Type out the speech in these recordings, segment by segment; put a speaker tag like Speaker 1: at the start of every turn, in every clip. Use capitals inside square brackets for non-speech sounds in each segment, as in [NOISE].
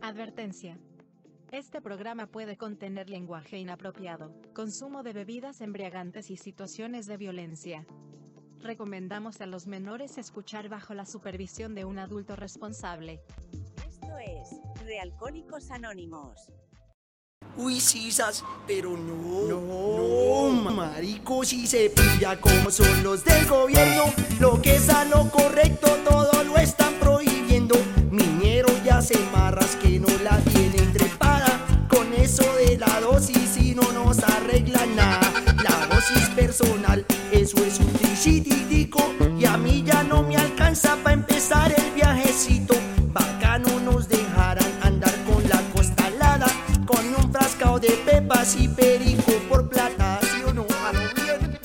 Speaker 1: Advertencia. Este programa puede contener lenguaje inapropiado, consumo de bebidas embriagantes y situaciones de violencia. Recomendamos a los menores escuchar bajo la supervisión de un adulto responsable.
Speaker 2: Esto es Realcohólicos Anónimos.
Speaker 3: Uy, sisas, pero no.
Speaker 4: No.
Speaker 3: marico, si se pilla como son los del gobierno. Lo que es a lo correcto, todo lo están prohibiendo. Minero ya se marras que no la tienen trepada. Con eso de la dosis, si no nos arreglan nada. La dosis personal, eso es un trichititico. Y a mí ya no me alcanza para empezar el viajecito. Bacano nos dejarán andar con la costalada. Con un frascao de pepas y perico por plata, ¿sí o no? A lo bien.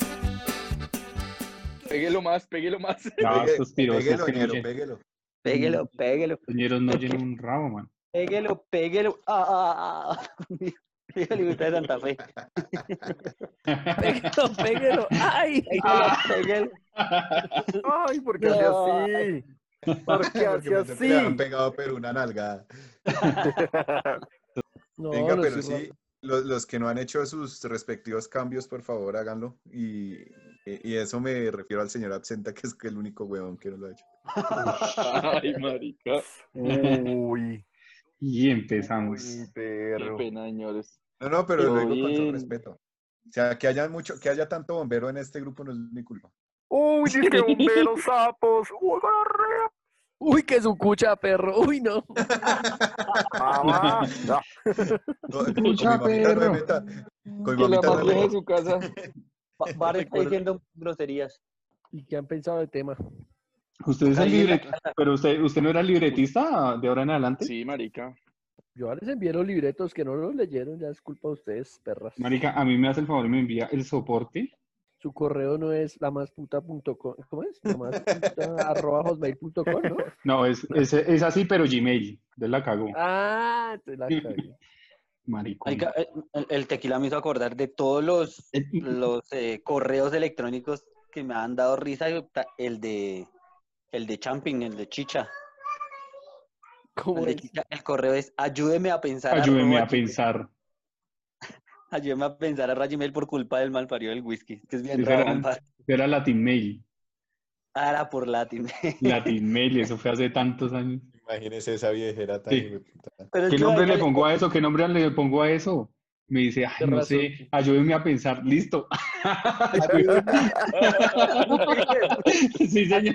Speaker 5: Péguelo más, péguelo más.
Speaker 6: Ya,
Speaker 7: Pegue-
Speaker 6: estos tiros,
Speaker 7: Péguelo,
Speaker 6: es que no
Speaker 7: ñero,
Speaker 6: oyen-
Speaker 7: péguelo.
Speaker 6: Mm.
Speaker 4: Péguelo, péguelo,
Speaker 6: los ñeros no oyen un rabo, man.
Speaker 4: péguelo, péguelo. Ah, ah, ah, [LAUGHS] ah. Péguelo, hijo de Santa Fe. Péguelo, péguelo. Ay,
Speaker 6: Ah.
Speaker 4: péguelo.
Speaker 8: Ay, ¿por qué hace
Speaker 4: No.
Speaker 8: así? ¿Por qué
Speaker 7: [LAUGHS] Porque
Speaker 8: hace
Speaker 7: me tendría que haber
Speaker 8: así?
Speaker 7: pegado pero una nalgada.
Speaker 8: No,
Speaker 7: Venga,
Speaker 8: no
Speaker 7: pero
Speaker 8: soy
Speaker 7: sí, lo- los, que no han hecho sus respectivos cambios, por favor, háganlo. Y, y eso me refiero al señor Absenta, que es el único huevón que no lo ha hecho.
Speaker 5: [LAUGHS] Ay, marica.
Speaker 8: raro. Uy,
Speaker 6: Y
Speaker 8: uy,
Speaker 6: empezamos.
Speaker 5: Qué
Speaker 8: perro.
Speaker 5: pena, señores.
Speaker 7: No, no, pero
Speaker 5: Pero
Speaker 7: luego con todo
Speaker 5: bien.
Speaker 7: respeto. O sea, que haya mucho, que haya tanto bombero en este grupo no es mi culpa.
Speaker 8: Uy, dice que bomberos sapos. Uy, gonorrea.
Speaker 9: Uy, que su cucha, perro. Uy, no.
Speaker 8: Mamá. Ah, [LAUGHS]
Speaker 7: No, con mi
Speaker 6: Pucha,
Speaker 7: mamita no
Speaker 6: perro.
Speaker 7: me meta.
Speaker 8: mm,
Speaker 7: Con
Speaker 5: Que
Speaker 7: mi
Speaker 5: la
Speaker 7: mamita no me
Speaker 5: patrona de
Speaker 7: meta.
Speaker 5: su casa.
Speaker 4: Ba- Bar está diciendo groserías.
Speaker 9: ¿Y qué han pensado del tema?
Speaker 6: Usted es el
Speaker 5: Alguien la-
Speaker 6: libret- pero usted, usted no era libretista de ahora en adelante.
Speaker 5: Sí, marica.
Speaker 9: Yo ahora les envié los libretos que no los leyeron, ya es culpa de ustedes, perras.
Speaker 6: Marica, a mí me hace el favor y me envía el soporte.
Speaker 9: Su correo no es lamasputa.com, ¿cómo es? Lamasputa arroba hotmail.com, ¿no?
Speaker 6: No, es, es, es así, pero Gmail. Él la cagó.
Speaker 9: Ah, te la cagué.
Speaker 6: Marico.
Speaker 4: Ay, ca- eh, el, el tequila me hizo acordar de todos los, los eh, correos electrónicos que me han dado risa. y ta- El de, el de Champing, el de Chicha.
Speaker 9: ¿Cómo
Speaker 4: El, de
Speaker 9: es?
Speaker 4: Chicha, el correo es ayúdeme a pensar.
Speaker 6: Ayúdeme
Speaker 4: arroba
Speaker 6: a pensar.
Speaker 4: gmail- Ayúdeme a pensar a Gmail por culpa del mal parido del whisky. Es que es bien
Speaker 6: Ese era-
Speaker 4: raro. compadre.
Speaker 6: Era Latin Mail.
Speaker 4: Ara por [LAUGHS] latín.
Speaker 6: Latin Mail, eso fue hace tantos años.
Speaker 7: Imagínese esa viejera tan
Speaker 6: Sí.
Speaker 7: hijueputa.
Speaker 4: Pero es
Speaker 6: ¿Qué
Speaker 4: que
Speaker 6: nombre le
Speaker 4: marica,
Speaker 6: pongo a eso? ¿Qué nombre le pongo a eso? Me dice, ay,
Speaker 9: Qué
Speaker 6: no
Speaker 9: razón.
Speaker 6: sé, ayúdeme a pensar. Listo. [LAUGHS] sí, señor.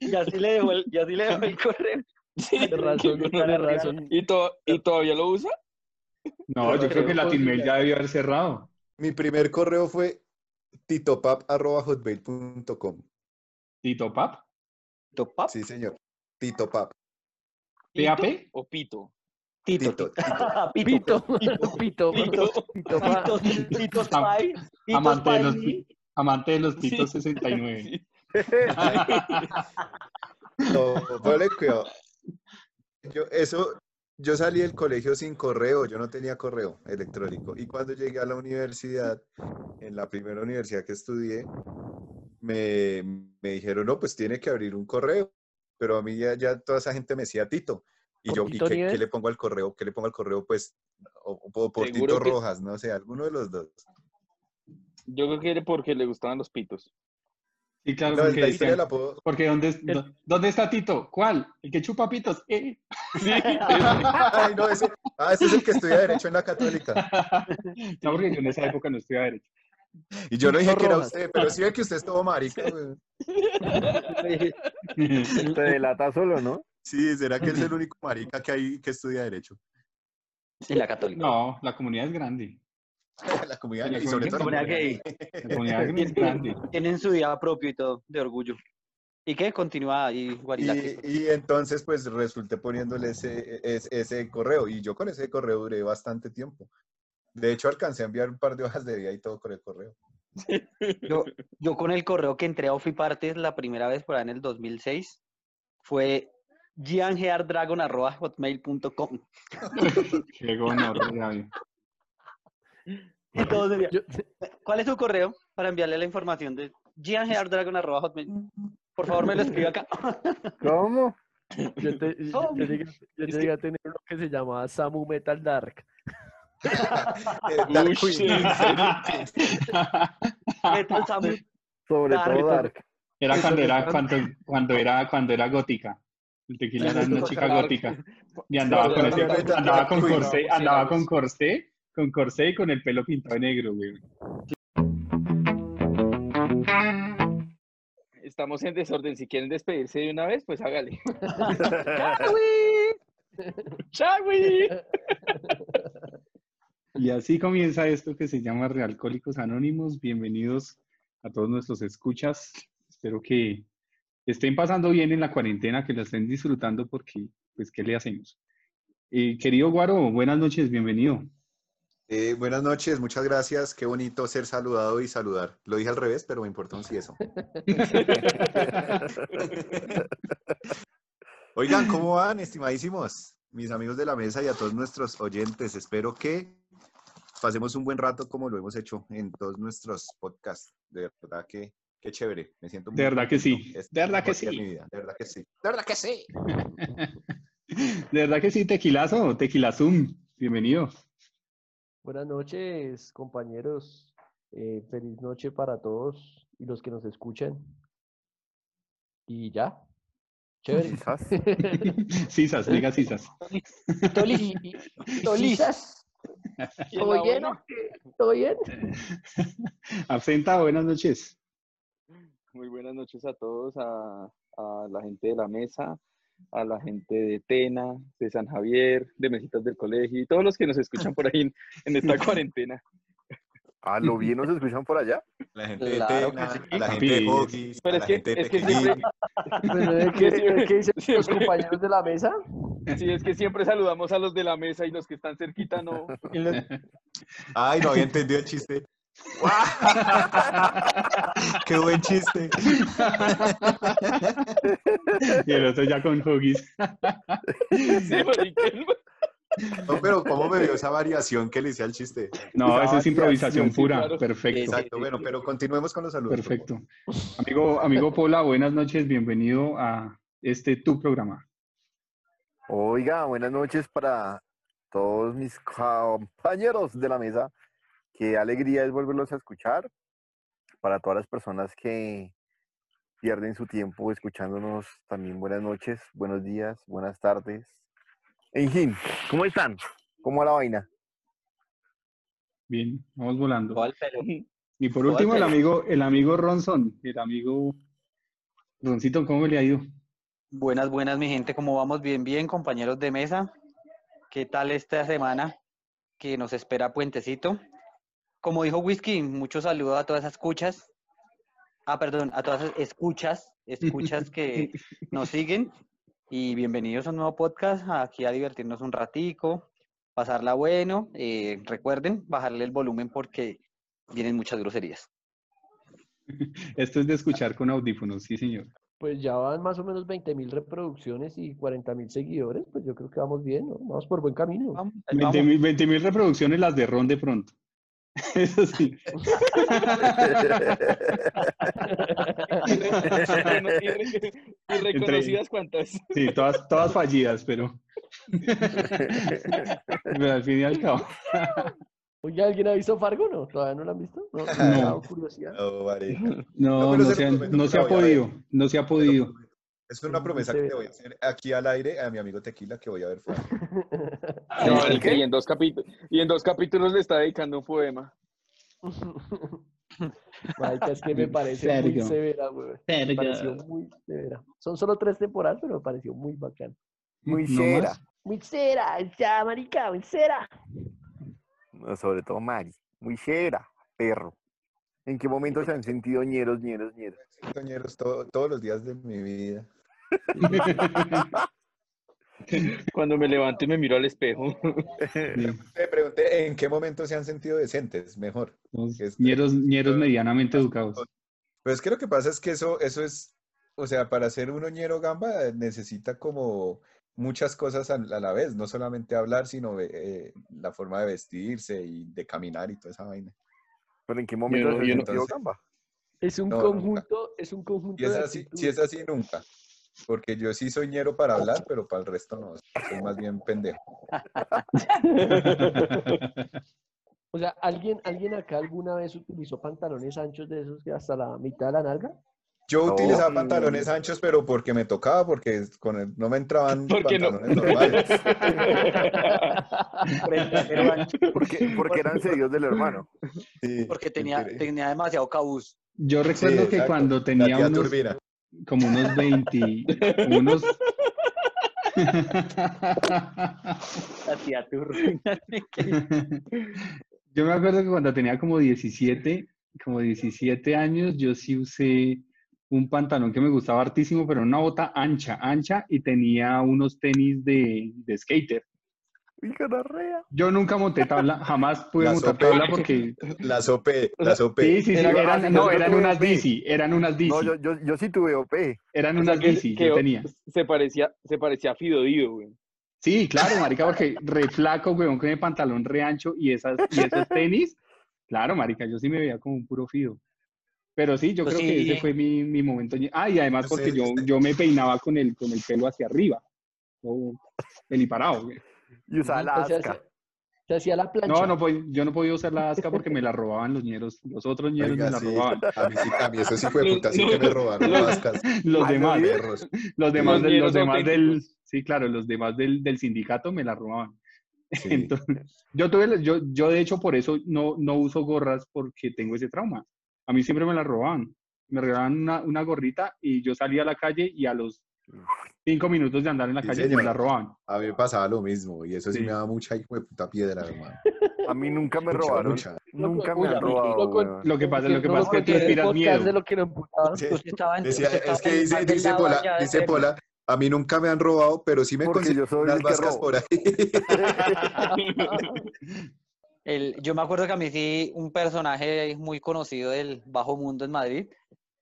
Speaker 4: Y así le dejo el, y así le dejo [LAUGHS] el correo.
Speaker 9: Tiene
Speaker 5: [LAUGHS]
Speaker 9: razón,
Speaker 5: Qué
Speaker 9: tiene razón.
Speaker 5: ¿Y, to- ¿Y todavía lo usa?
Speaker 6: No, yo creo que Latin Mail ya debió haber cerrado.
Speaker 7: Mi primer correo fue titopap.hotmail.com.
Speaker 6: Tito Pap,
Speaker 4: Topap.
Speaker 7: Sí, señor. Titopap.
Speaker 6: PAP,
Speaker 5: ¿O pito?
Speaker 4: Tito. [LAUGHS]
Speaker 7: Tito,
Speaker 9: Pito, pito, pito, pito, pa.
Speaker 4: Tito, Tito
Speaker 6: Am-
Speaker 4: pues. Spy. Tito
Speaker 6: amante de los
Speaker 4: Spy.
Speaker 6: pi- amante de los pitos
Speaker 5: [LAUGHS] Sí.
Speaker 6: 69.
Speaker 7: No, ponle cuidado. Yo, eso, yo salí del colegio sin correo, yo no tenía correo electrónico. Y cuando llegué a la universidad, en la primera universidad que estudié, me, me dijeron, no, pues tiene que abrir un correo. Pero a mí ya, ya toda esa gente me decía Tito. Y
Speaker 9: ¿Por
Speaker 7: yo, ¿y
Speaker 9: Tito
Speaker 7: qué, qué
Speaker 9: Nieves?
Speaker 7: le pongo al correo? ¿Qué le pongo al correo? Pues, o, o- o por
Speaker 5: Seguro
Speaker 7: Tito
Speaker 5: que-
Speaker 7: Rojas, no sé, alguno de los dos.
Speaker 5: Yo creo que era porque le gustaban los pitos.
Speaker 6: Sí, claro,
Speaker 7: No,
Speaker 6: porque
Speaker 7: la historia
Speaker 6: decían,
Speaker 7: la puedo,
Speaker 6: porque ¿dónde, es- dó- ¿dónde está Tito? ¿Cuál? El que chupa pitos. Eh.
Speaker 7: Ay, no, ese, ah, ese es el que estudia Derecho en la Católica.
Speaker 6: [LAUGHS] No, porque yo en esa época no estudiaba derecho. [LAUGHS]
Speaker 7: Y yo no dije que era
Speaker 9: Rojas.
Speaker 7: usted, pero sí ve que usted es todo marica. güey.
Speaker 8: Te delata solo, ¿no?
Speaker 7: Sí, ¿será que es el único marica que hay que estudia Derecho? [LAUGHS]
Speaker 4: Y la católica.
Speaker 6: No, la comunidad es grande.
Speaker 7: La comunidad,
Speaker 6: La
Speaker 7: y sobre todo
Speaker 4: Comunidad
Speaker 7: la
Speaker 4: gay.
Speaker 6: La comunidad
Speaker 5: [LAUGHS]
Speaker 6: es grande.
Speaker 4: Tienen su día propio y todo, de orgullo. ¿Y qué? Continúa ahí, Guarila.
Speaker 7: Y, y entonces, pues resulté poniéndole ese, es- ese correo. Y yo con ese correo duré bastante tiempo. De hecho, alcancé a enviar un par de hojas de vida y todo con el correo.
Speaker 4: Yo, yo con el correo que entré a Ofipartes la primera vez por ahí en el 2006 fue giangeardragon.hotmail.com
Speaker 6: Qué gonorrea, viejo.
Speaker 4: Y todo sería,
Speaker 9: Yo-
Speaker 4: ¿Cuál es su correo para enviarle la información de giangeardragon.hotmail? Por favor, me lo escribo acá.
Speaker 9: ¿Cómo? [LAUGHS] Yo, te- yo- yo
Speaker 4: ¿Cómo?
Speaker 9: llegué, yo
Speaker 6: Es que-
Speaker 9: llegué a tener uno que se llamaba Samu Metal Dark.
Speaker 7: Eh, Dark
Speaker 5: [LAUGHS] Uy,
Speaker 7: Queen.
Speaker 5: ¿en serio?
Speaker 6: [LAUGHS]
Speaker 4: Metal Samu.
Speaker 9: Sobre
Speaker 4: Dark.
Speaker 9: todo Dark.
Speaker 6: Era cuando era, cuando, cuando era, cuando era gótica. El tequila era una chica gótica. Y andaba con, ese-
Speaker 7: Completamente
Speaker 6: andaba con
Speaker 7: Queen, no,
Speaker 6: corsé, andaba con corsé, con corsé y con el pelo pintado de negro, güey.
Speaker 5: Estamos en desorden. Si quieren despedirse de una vez, pues
Speaker 9: [LAUGHS]
Speaker 5: hágale. [LAUGHS]
Speaker 8: [LAUGHS]
Speaker 5: ¡Chawi!
Speaker 6: Y así comienza esto que se llama Realcohólicos Anónimos. Bienvenidos a todos nuestros escuchas. Espero que estén pasando bien en la cuarentena, que la estén disfrutando porque, pues, ¿qué le hacemos? Eh, querido Guaro, buenas noches, bienvenido.
Speaker 7: [LAUGHS] Eh, buenas noches, muchas gracias. Qué bonito ser saludado y saludar. Lo dije al revés, pero me importa un sí eso.
Speaker 6: [CLEARS THROAT]
Speaker 7: Oigan, ¿cómo van, estimadísimos? Mis amigos de la mesa y a todos nuestros oyentes. Espero que pasemos un buen rato como lo hemos hecho en todos nuestros podcasts. De verdad que qué chévere. Me siento muy
Speaker 6: De verdad que sí,
Speaker 7: contento. Es
Speaker 6: de verdad que sí.
Speaker 7: mejor mi vida, De verdad que sí. De verdad que sí.
Speaker 6: [LAUGHS] De verdad que sí, tequilazo, tequilazum, bienvenido. [LAUGHS]
Speaker 9: Buenas noches, compañeros. Eh, feliz noche para todos y los que nos escuchan. Y ya. Chévere.
Speaker 8: [LAUGHS]
Speaker 6: Sisas, diga Sisas.
Speaker 9: Toli, Tolisas. ¿Todo bien? [LAUGHS] ¿Todo bien?
Speaker 6: Absenta, buenas noches.
Speaker 5: Muy buenas noches a todos, a, a la gente de la mesa, a la gente de Tena, de San Javier, de Mesitas del Colegio y todos los que nos escuchan por ahí en, en
Speaker 9: [LAUGHS]
Speaker 5: esta cuarentena.
Speaker 8: A Ah, lo bien nos escuchan por allá.
Speaker 7: La gente de
Speaker 5: Claro
Speaker 7: Tena,
Speaker 5: que
Speaker 7: a la
Speaker 6: papi.
Speaker 7: gente de Hoggies, a
Speaker 5: Pero
Speaker 7: la
Speaker 5: es que,
Speaker 7: gente de
Speaker 5: es que
Speaker 7: Pequeñín.
Speaker 5: siempre,
Speaker 9: [LAUGHS] Pero es que, es que dicen [LAUGHS] los
Speaker 5: Siempre.
Speaker 9: compañeros de la mesa.
Speaker 5: sí, es que siempre saludamos a los de la mesa y los que están cerquita no.
Speaker 9: [LAUGHS] y los-
Speaker 7: Ay, no había entendido el chiste. [LAUGHS] ¡Qué buen chiste!
Speaker 6: [LAUGHS] Y el otro ya con huggies.
Speaker 5: Sí, marica.
Speaker 7: No, pero ¿cómo me dio esa variación que le hice al chiste?
Speaker 6: No, eso es improvisación
Speaker 5: sí,
Speaker 6: pura,
Speaker 5: claro.
Speaker 6: perfecto.
Speaker 7: Exacto, bueno, pero continuemos con los saludos. por favor.
Speaker 6: Perfecto. Amigo, amigo Pola, buenas noches, bienvenido a este tu programa.
Speaker 8: Oiga, buenas noches para todos mis compañeros de la mesa. Qué alegría es volverlos a escuchar. Para todas las personas que pierden su tiempo escuchándonos, también buenas noches, buenos días, buenas tardes. En fin, ¿cómo están? ¿Cómo va la vaina?
Speaker 6: Bien, vamos volando.
Speaker 4: Al pelo.
Speaker 6: Y por último, el amigo, el amigo Ronson, el amigo Roncito, ¿cómo le ha ido?
Speaker 4: Buenas, buenas, mi gente. ¿Cómo vamos? Bien, bien, compañeros de mesa. ¿Qué tal esta semana que nos espera Puentecito? Como dijo Whisky, muchos saludos a todas esas escuchas. Ah, perdón, a todas esas escuchas, escuchas que nos siguen. Y bienvenidos a un nuevo podcast, aquí a divertirnos un ratico, pasarla bueno. Eh, recuerden, bajarle el volumen porque vienen muchas groserías.
Speaker 6: Esto es de escuchar con audífonos, sí, señor.
Speaker 9: Pues ya van más o menos 20 mil reproducciones y 40 mil seguidores. Pues yo creo que vamos bien, ¿no? Vamos por buen camino.
Speaker 4: Vamos, ahí vamos.
Speaker 6: 20 mil reproducciones las de Ron de pronto. [LAUGHS] Eso sí.
Speaker 5: Y re- y re- y reconocidas cuantas.
Speaker 6: [LAUGHS] Sí, todas, todas fallidas, pero. [LAUGHS] Pero al fin y al cabo.
Speaker 9: [LAUGHS] Oye, ¿alguien ha visto Fargo? No, todavía no lo han visto. No, no. me ha
Speaker 6: No.
Speaker 4: [LAUGHS]
Speaker 9: dado curiosidad.
Speaker 7: No, marica. No,
Speaker 6: No,
Speaker 7: pero
Speaker 6: no
Speaker 7: se
Speaker 6: se,
Speaker 7: lo
Speaker 6: han-
Speaker 7: prometo
Speaker 6: no
Speaker 7: que
Speaker 6: se
Speaker 7: la
Speaker 6: ha
Speaker 7: voy a ver.
Speaker 6: podido, no se ha podido.
Speaker 7: pues, Es una promesa que le voy a hacer aquí al aire a mi amigo Tequila que voy a ver. fuera.
Speaker 5: No, marica, y en dos capítulos, y en dos capítulos le está dedicando un poema.
Speaker 9: Marica, es que me parece muy
Speaker 6: Sergio.
Speaker 9: severa, güey. Me pareció muy severa. Son solo tres temporadas, pero me pareció muy bacán.
Speaker 8: Muy
Speaker 6: No
Speaker 8: chera.
Speaker 6: más.
Speaker 9: Muy severa, ya, marica, muy severa.
Speaker 8: No, sobre todo Mari. Muy chera, perro. ¿En qué momento se han sentido ñeros, ñeros, ñeros?
Speaker 7: Toñeros, todo- todos los días de mi vida.
Speaker 5: Cuando me levanto y me miro al espejo.
Speaker 7: Te pregunté en qué momento se han sentido decentes, mejor.
Speaker 6: Los
Speaker 7: Este-
Speaker 6: ñeros, ñeros medianamente
Speaker 7: [LAUGHS]
Speaker 6: educados.
Speaker 7: Pero Pues es que lo que pasa es que eso, eso es, o sea, para ser un oñero gamba eh, necesita como muchas cosas a, a la vez, no solamente hablar, sino eh, la forma de vestirse y de caminar y toda esa vaina.
Speaker 8: ¿Pero en qué momento
Speaker 5: no-
Speaker 8: se han
Speaker 5: yo no-
Speaker 8: sentido
Speaker 7: entonces-
Speaker 8: gamba?
Speaker 9: Es un
Speaker 7: No, nunca.
Speaker 9: conjunto, es un conjunto
Speaker 7: Si es
Speaker 9: de
Speaker 7: así, si es
Speaker 9: actitudes.
Speaker 7: así nunca. Porque yo sí soy ñero para hablar, pero para el resto no. Soy más bien pendejo.
Speaker 9: O sea, ¿alguien, ¿alguien acá alguna vez utilizó pantalones anchos de esos que hasta la mitad de
Speaker 4: [LAUGHS]
Speaker 9: la nalga?
Speaker 7: Yo
Speaker 8: No.
Speaker 7: utilizaba pantalones anchos, pero porque me tocaba, porque con el- no me
Speaker 5: [LAUGHS]
Speaker 7: entraban
Speaker 5: Porque no.
Speaker 7: pantalones normales.
Speaker 4: [LAUGHS]
Speaker 8: Porque, porque eran seguidos del hermano.
Speaker 7: Sí,
Speaker 4: Porque tenía,
Speaker 7: mentira.
Speaker 4: tenía demasiado cabuz.
Speaker 6: Yo
Speaker 7: Sí,
Speaker 6: recuerdo que
Speaker 7: exacto.
Speaker 6: cuando
Speaker 7: La
Speaker 6: tenía
Speaker 7: tía
Speaker 6: unos,
Speaker 7: Turbina.
Speaker 6: como unos 20, como unos...
Speaker 4: La tía
Speaker 9: [LAUGHS]
Speaker 4: Turbina.
Speaker 6: [LAUGHS] Yo me acuerdo que cuando tenía como 17, como 17 años, yo sí usé un pantalón que me gustaba hartísimo, pero una bota ancha, ancha, y tenía unos tenis de, de skater.
Speaker 8: ¡Uy, gonorrea!
Speaker 6: Yo nunca monté tabla, jamás pude
Speaker 7: La
Speaker 6: montar
Speaker 7: sope.
Speaker 6: tabla porque...
Speaker 7: La sope, la
Speaker 6: Sí, sí,
Speaker 7: sope.
Speaker 6: sí,
Speaker 8: Era-
Speaker 6: eran,
Speaker 8: ah, sí,
Speaker 6: no,
Speaker 8: yo- yo
Speaker 6: eran
Speaker 8: tuve
Speaker 6: unas
Speaker 8: OP.
Speaker 6: bici, eran unas bici,
Speaker 8: No, yo, yo, yo sí tuve OP.
Speaker 6: eran
Speaker 7: Ah,
Speaker 5: O sea,
Speaker 6: unas
Speaker 5: que-
Speaker 6: bici,
Speaker 5: que
Speaker 6: yo tenía.
Speaker 5: Se parecía, se parecía a Fidodido, güey.
Speaker 6: Sí, claro, marica, porque re flaco, weón, con el pantalón re ancho y, esas, y esos tenis. Claro, marica, yo sí me veía como un puro fido. Pero sí, yo
Speaker 4: Pues
Speaker 6: creo que
Speaker 4: sí.
Speaker 6: ese fue mi, mi momento. Ah, y además
Speaker 7: Yo
Speaker 6: porque
Speaker 7: sé,
Speaker 6: yo,
Speaker 7: yo sé.
Speaker 6: yo me peinaba con el, con el pelo hacia arriba. O el hiparado, güey.
Speaker 8: Y usaba la
Speaker 9: O sea,
Speaker 8: asca.
Speaker 9: se, se hacía la plancha.
Speaker 6: No, no, pod- yo no podía usar la asca porque me la robaban los ñeros. Los otros ñeros
Speaker 7: Oiga,
Speaker 6: me la
Speaker 7: sí,
Speaker 6: robaban.
Speaker 7: a mí sí, a mí eso sí fue puta, sí que me robaron
Speaker 5: No.
Speaker 6: [LAUGHS]
Speaker 7: vascas,
Speaker 6: Los
Speaker 8: Ay,
Speaker 6: demás,
Speaker 8: ¿sí?
Speaker 7: perros.
Speaker 6: los demás,
Speaker 5: Los
Speaker 6: del-
Speaker 5: ñeros
Speaker 6: los demás del, sí, claro, los demás del, del sindicato me la robaban.
Speaker 7: Sí.
Speaker 6: Entonces, yo tuve, la- yo, yo de hecho por eso no, no uso gorras porque tengo ese trauma. A mí siempre me la robaban. Me regalaban una, una gorrita y yo salía a la calle y a los cinco minutos de andar en la
Speaker 7: Sí,
Speaker 6: calle
Speaker 7: señor.
Speaker 6: me la robaban.
Speaker 7: A mí me pasaba lo mismo y eso sí,
Speaker 6: Sí.
Speaker 7: me daba mucha hijo de puta piedra, hermano.
Speaker 8: A mí nunca me
Speaker 7: Mucha,
Speaker 8: robaron.
Speaker 7: mucha.
Speaker 8: Nunca me
Speaker 9: Uy,
Speaker 8: han
Speaker 9: a mí
Speaker 8: robado,
Speaker 9: loco,
Speaker 8: weón.
Speaker 6: Lo que pasa, lo que
Speaker 9: No
Speaker 6: pasa es que tú
Speaker 9: conté en el
Speaker 6: inspiras
Speaker 9: podcast
Speaker 6: miedo.
Speaker 9: de
Speaker 6: [LAUGHS]
Speaker 9: lo que nos emputaban.
Speaker 7: Sí, [LAUGHS]
Speaker 4: Usted estaba en- [LAUGHS]
Speaker 7: decía,
Speaker 4: usted estaba
Speaker 7: es que
Speaker 4: en el
Speaker 7: dice,
Speaker 4: mal del
Speaker 7: dice
Speaker 4: lado
Speaker 7: Pola,
Speaker 4: allá de
Speaker 7: dice
Speaker 4: Perú.
Speaker 7: Pola, a mí nunca me han robado, pero sí me
Speaker 8: Porque yo
Speaker 7: conseguí
Speaker 8: soy
Speaker 7: unas
Speaker 8: el que
Speaker 7: vascas
Speaker 8: robo.
Speaker 7: por ahí.
Speaker 4: El- yo me acuerdo que a mí sí un personaje muy conocido del bajo mundo en Madrid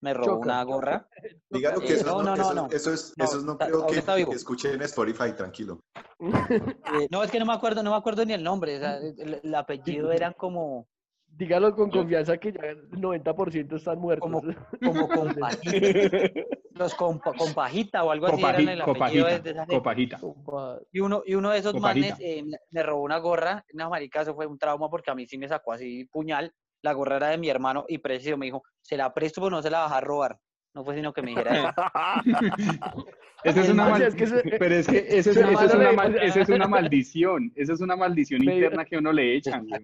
Speaker 4: me robó
Speaker 9: Choca.
Speaker 4: una gorra.
Speaker 7: Dígalo
Speaker 4: Eh,
Speaker 7: que eso
Speaker 4: no,
Speaker 7: no,
Speaker 4: no, no,
Speaker 7: eso-
Speaker 4: no.
Speaker 7: eso es,
Speaker 4: No,
Speaker 7: eso no
Speaker 4: está-
Speaker 7: creo
Speaker 4: aún
Speaker 7: que,
Speaker 4: está vivo.
Speaker 7: que escuchen en Spotify, tranquilo.
Speaker 4: Eh, no, es que no me acuerdo, no me acuerdo ni el nombre. o sea, el, el apellido eran como,
Speaker 9: Dígalo con confianza que ya el 90% están muertos.
Speaker 4: como, como compajita,
Speaker 7: [LAUGHS]
Speaker 4: los compa, compajita o algo así eran el
Speaker 6: Copaji-
Speaker 4: apellido de, de
Speaker 6: Copajita,
Speaker 4: esa gente.
Speaker 6: copajita.
Speaker 9: [LAUGHS] Compa-
Speaker 4: Y uno, y uno de esos
Speaker 6: Copajita.
Speaker 4: manes eh, me- me robó una gorra. Una marica, eso fue un trauma porque a mí sí me sacó así puñal. La gorra era de mi hermano y preciso me dijo, se la presto, pero no se la vas a robar. No fue sino que me dijera eso.
Speaker 6: Esa es
Speaker 4: El
Speaker 6: una
Speaker 4: man-
Speaker 9: O
Speaker 6: mal-
Speaker 9: sea, es que eso-
Speaker 6: Pero es que esa es,
Speaker 9: Su
Speaker 6: esa es
Speaker 9: hermano
Speaker 6: una,
Speaker 9: le-
Speaker 6: mal- esa es una maldición, esa es una maldición
Speaker 9: eh. Me-
Speaker 6: interna que a uno le echan. güey.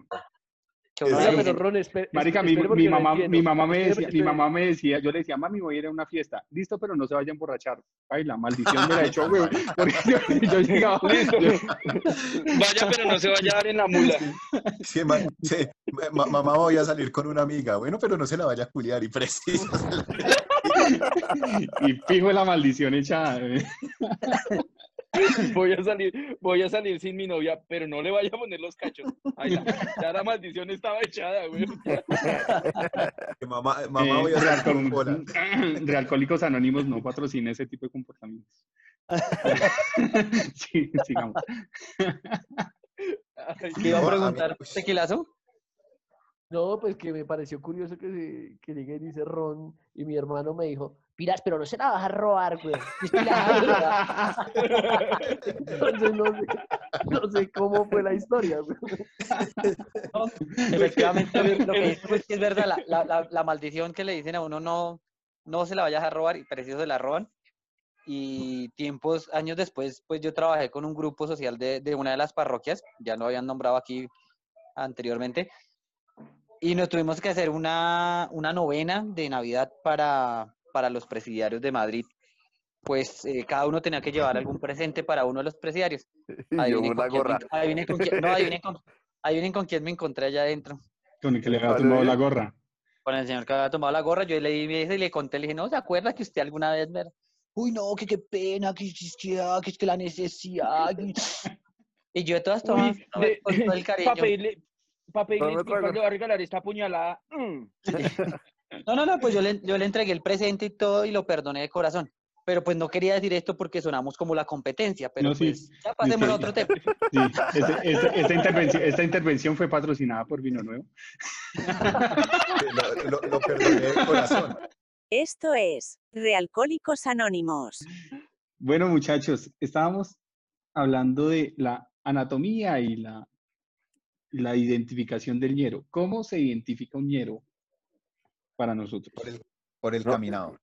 Speaker 4: Que uno le
Speaker 9: Oiga,
Speaker 7: Exacto.
Speaker 9: pero
Speaker 4: dicen,
Speaker 9: Ron, espe-
Speaker 6: Marica,
Speaker 9: espe-
Speaker 6: mi,
Speaker 9: espere porque
Speaker 6: mi
Speaker 9: no
Speaker 6: mamá,
Speaker 9: entiendo.
Speaker 6: mi mamá me
Speaker 9: Espere,
Speaker 6: decía, mi
Speaker 9: espere.
Speaker 6: mamá me decía, yo le decía, mami, voy a ir a una fiesta. Listo, pero no se vayan a emborrachar. Ay, la maldición me la echó,
Speaker 9: [LAUGHS]
Speaker 6: güey. Porque yo, yo llegaba,
Speaker 5: Listo.
Speaker 6: yo-
Speaker 5: Vaya, pero no se vaya a dar en la mula.
Speaker 7: [LAUGHS] Sí, ma- sí, ma- ma- mamá voy a salir con una amiga. Bueno, pero no se la vaya a culiar y preciso.
Speaker 4: [LAUGHS]
Speaker 7: se la-
Speaker 6: y fijo la maldición eh, echada. güey.
Speaker 5: Voy a salir, voy a salir sin mi novia, pero no le vaya a poner los cachos. Ay, la- ya la maldición estaba echada, güey.
Speaker 7: que Mamá, mamá
Speaker 6: Eh,
Speaker 7: voy a salir con
Speaker 6: realcol-
Speaker 7: Pola.
Speaker 6: [CLEARS THROAT] Realcohólicos Anónimos no patrocina ese tipo de
Speaker 9: [LAUGHS]
Speaker 6: comportamientos. Sí, sigamos.
Speaker 5: Ay,
Speaker 4: ¿qué iba a
Speaker 7: No, a mí-
Speaker 4: preguntar
Speaker 7: uy.
Speaker 4: tequilazo?
Speaker 9: No, pues que me pareció curioso que, se- que llegue y dice Ron y mi hermano me dijo, piras, pero no se la vas a robar, güey. Y se la vas a robar".
Speaker 5: [LAUGHS]
Speaker 9: [LAUGHS] Entonces no sé, no sé cómo fue la historia, güey.
Speaker 4: No, Efectivamente,
Speaker 5: el-
Speaker 4: lo que
Speaker 5: el-
Speaker 4: dice Whisky es verdad, la, la- la- la maldición que le dicen a uno no, no se la vayas a robar y preciso se la roban. Y tiempos, años después, pues yo trabajé con un grupo social de, de una de las parroquias, ya lo habían nombrado aquí anteriormente, y nos tuvimos que hacer una, una novena de Navidad para, para los presidiarios de Madrid. Pues eh, cada uno tenía que llevar algún presente para uno de los presidiarios.
Speaker 8: [LAUGHS] Y yo
Speaker 4: Adivinen
Speaker 8: una
Speaker 4: con quién me
Speaker 8: gorra.
Speaker 4: en- adivinen con quién- no, adivinen
Speaker 8: [LAUGHS]
Speaker 4: con- adivinen con quién me encontré allá adentro.
Speaker 6: Con el que le había
Speaker 8: Vale,
Speaker 6: tumbado
Speaker 8: bien.
Speaker 6: la gorra.
Speaker 4: con el señor que había tomado la gorra, yo le di mi y le conté, le dije, no, ¿se acuerda que usted alguna vez me... Uy, no, que qué pena, que, es que, ah, que es que la necesidad. y- Y yo de todas tomas,
Speaker 5: Uy,
Speaker 4: tomas con todo
Speaker 5: [LAUGHS]
Speaker 4: el
Speaker 5: para
Speaker 4: cariño.
Speaker 5: pedirle, pa' pedirle
Speaker 8: Dame
Speaker 5: disculpas,
Speaker 8: trago.
Speaker 5: le va a regalar esta puñalada. Mm.
Speaker 4: No, no, no, pues yo le, yo le entregué el presente y todo y lo perdoné de corazón. Pero pues no quería decir esto porque sonamos como la competencia, pero
Speaker 6: No, sí.
Speaker 4: pues ya pasemos a
Speaker 6: sí.
Speaker 4: otro tema.
Speaker 6: Sí, ese- ese- esta, intervención, esta intervención fue patrocinada por Vino Nuevo.
Speaker 7: Lo, lo- lo perdoné de corazón.
Speaker 2: Esto es Realcohólicos Anónimos.
Speaker 6: Bueno, muchachos, estábamos hablando de la anatomía y la, la identificación del ñero. ¿Cómo se identifica un ñero para nosotros?
Speaker 7: Por el, por el
Speaker 8: No.
Speaker 7: caminado.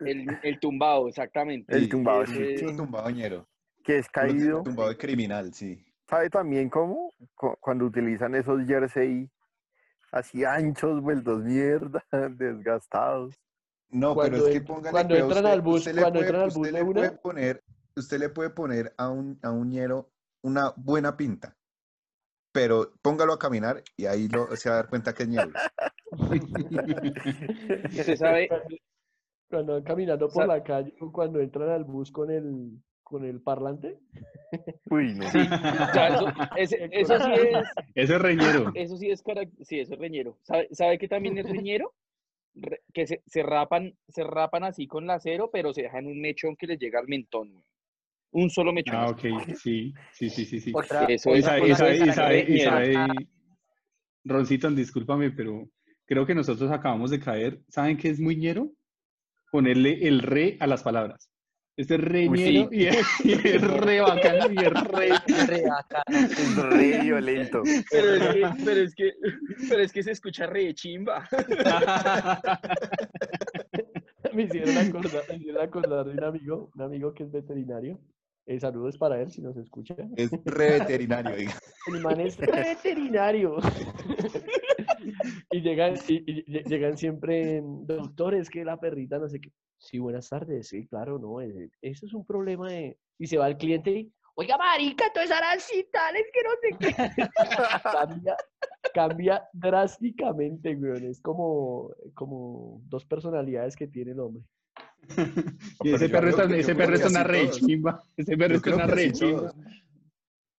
Speaker 5: El, el tumbado, exactamente.
Speaker 8: El tumbado,
Speaker 5: Ese-
Speaker 8: sí.
Speaker 7: Un tumbado ñero.
Speaker 8: que es caído.
Speaker 7: Un tumbado de criminal, sí.
Speaker 8: ¿Sabe también cómo? Cu- Cuando utilizan esos jersey [LAUGHS] así anchos, vueltos mierda, [LAUGHS] desgastados.
Speaker 7: No,
Speaker 9: Cuando
Speaker 7: pero es que
Speaker 9: en-
Speaker 7: póngale
Speaker 9: cuando
Speaker 7: que a
Speaker 9: entran
Speaker 7: usted,
Speaker 9: al bus-
Speaker 7: usted le
Speaker 9: cuando
Speaker 7: puede,
Speaker 9: entran al
Speaker 7: usted
Speaker 9: bus de
Speaker 7: le puede
Speaker 9: una.
Speaker 7: poner, usted le puede poner a un, a un ñero una buena pinta, pero póngalo a caminar y ahí lo, se va a dar cuenta que es ñero.
Speaker 5: [LAUGHS] Usted sabe,
Speaker 9: Cuando- [LAUGHS] Cuando van caminando por
Speaker 5: Sa-
Speaker 9: la calle, o cuando entran al bus con el, con el parlante.
Speaker 8: Uy, no.
Speaker 6: [LAUGHS]
Speaker 9: [LAUGHS]
Speaker 5: o sea, eso, ese- eso sí es,
Speaker 6: Ese
Speaker 5: [LAUGHS]
Speaker 6: es reñero.
Speaker 5: eso sí es, carac- sí, eso es reñero. ¿Sabe, sabe que también es reñero? Re- que se, se rapan, se rapan así con la cero, pero se dejan un mechón que les llega al mentón, güey. Un solo mechón.
Speaker 6: Ah, ok, sí, sí, sí, sí. sí.
Speaker 10: Otra,
Speaker 5: Eso
Speaker 10: otra
Speaker 5: es-
Speaker 6: Esa-
Speaker 10: cosa
Speaker 6: esa-
Speaker 10: de
Speaker 5: es-
Speaker 6: esa-
Speaker 10: carácter
Speaker 5: es-
Speaker 6: esa-
Speaker 10: ñero.
Speaker 6: eh, Roncito, discúlpame, pero creo que nosotros acabamos de caer. ¿Saben qué es muy ñero? Ponerle el re a las palabras. Este es re
Speaker 5: Uy, sí.
Speaker 6: ñero y es, y es re bacano y es re...
Speaker 5: [LAUGHS]
Speaker 4: Re bacano.
Speaker 8: Es re violento.
Speaker 5: Pero es que, pero es que, pero es que se escucha re chimba.
Speaker 9: [LAUGHS] Me hicieron acordar, me hicieron acordar de un amigo, un amigo que es veterinario. Eh, saludos para él si nos escucha.
Speaker 7: Es re veterinario, diga. [LAUGHS]
Speaker 9: El man es veterinario. [LAUGHS] y, llegan, y, y lle- llegan siempre en, doctores que la perrita no sé qué. Sí, buenas tardes. Sí, claro, no. eh, Eso es un problema de... Y se va el cliente y, oiga, marica, tú esas arancitales que no sé qué. [LAUGHS] cambia, cambia drásticamente, güey. Es como, como dos personalidades que tiene el hombre.
Speaker 6: Y
Speaker 7: Pero
Speaker 6: ese perro,
Speaker 7: yo creo
Speaker 6: está,
Speaker 7: que- yo
Speaker 6: ese
Speaker 7: creo
Speaker 6: perro
Speaker 7: que
Speaker 6: está una
Speaker 7: así
Speaker 6: re
Speaker 7: todos.
Speaker 6: chimba. Ese perro
Speaker 7: Yo
Speaker 6: está
Speaker 7: creo
Speaker 6: una
Speaker 7: que
Speaker 6: re
Speaker 7: así
Speaker 6: chimba.
Speaker 7: todos.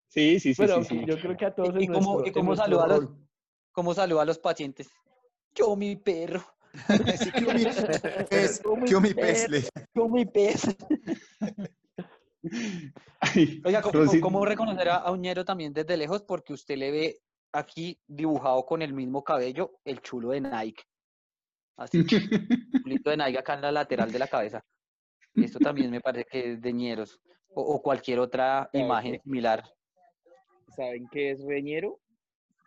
Speaker 6: Sí, sí, sí,
Speaker 9: bueno,
Speaker 6: sí, sí.
Speaker 9: yo creo que a todos en
Speaker 4: ¿Y cómo,
Speaker 9: nuestro-
Speaker 4: y
Speaker 9: en
Speaker 4: cómo
Speaker 9: nuestro
Speaker 4: saluda a los,
Speaker 9: rol.
Speaker 4: cómo saluda a los pacientes? Yo mi perro,
Speaker 7: Sí, que mi pez, que mi pez, le-
Speaker 4: yo mi perro.
Speaker 6: Ay,
Speaker 4: Oiga, ¿cómo,
Speaker 6: Roncito-
Speaker 4: cómo reconocer a, a un ñero también desde lejos? Porque usted le ve aquí dibujado con el mismo cabello el chulo de Nike. Así,
Speaker 7: [LAUGHS]
Speaker 4: chulito de Nike acá en la lateral de la cabeza. Esto también me parece que es de ñeros. O, o cualquier otra
Speaker 5: Claro,
Speaker 4: imagen
Speaker 5: sí.
Speaker 4: similar.
Speaker 5: ¿Saben qué es reñero?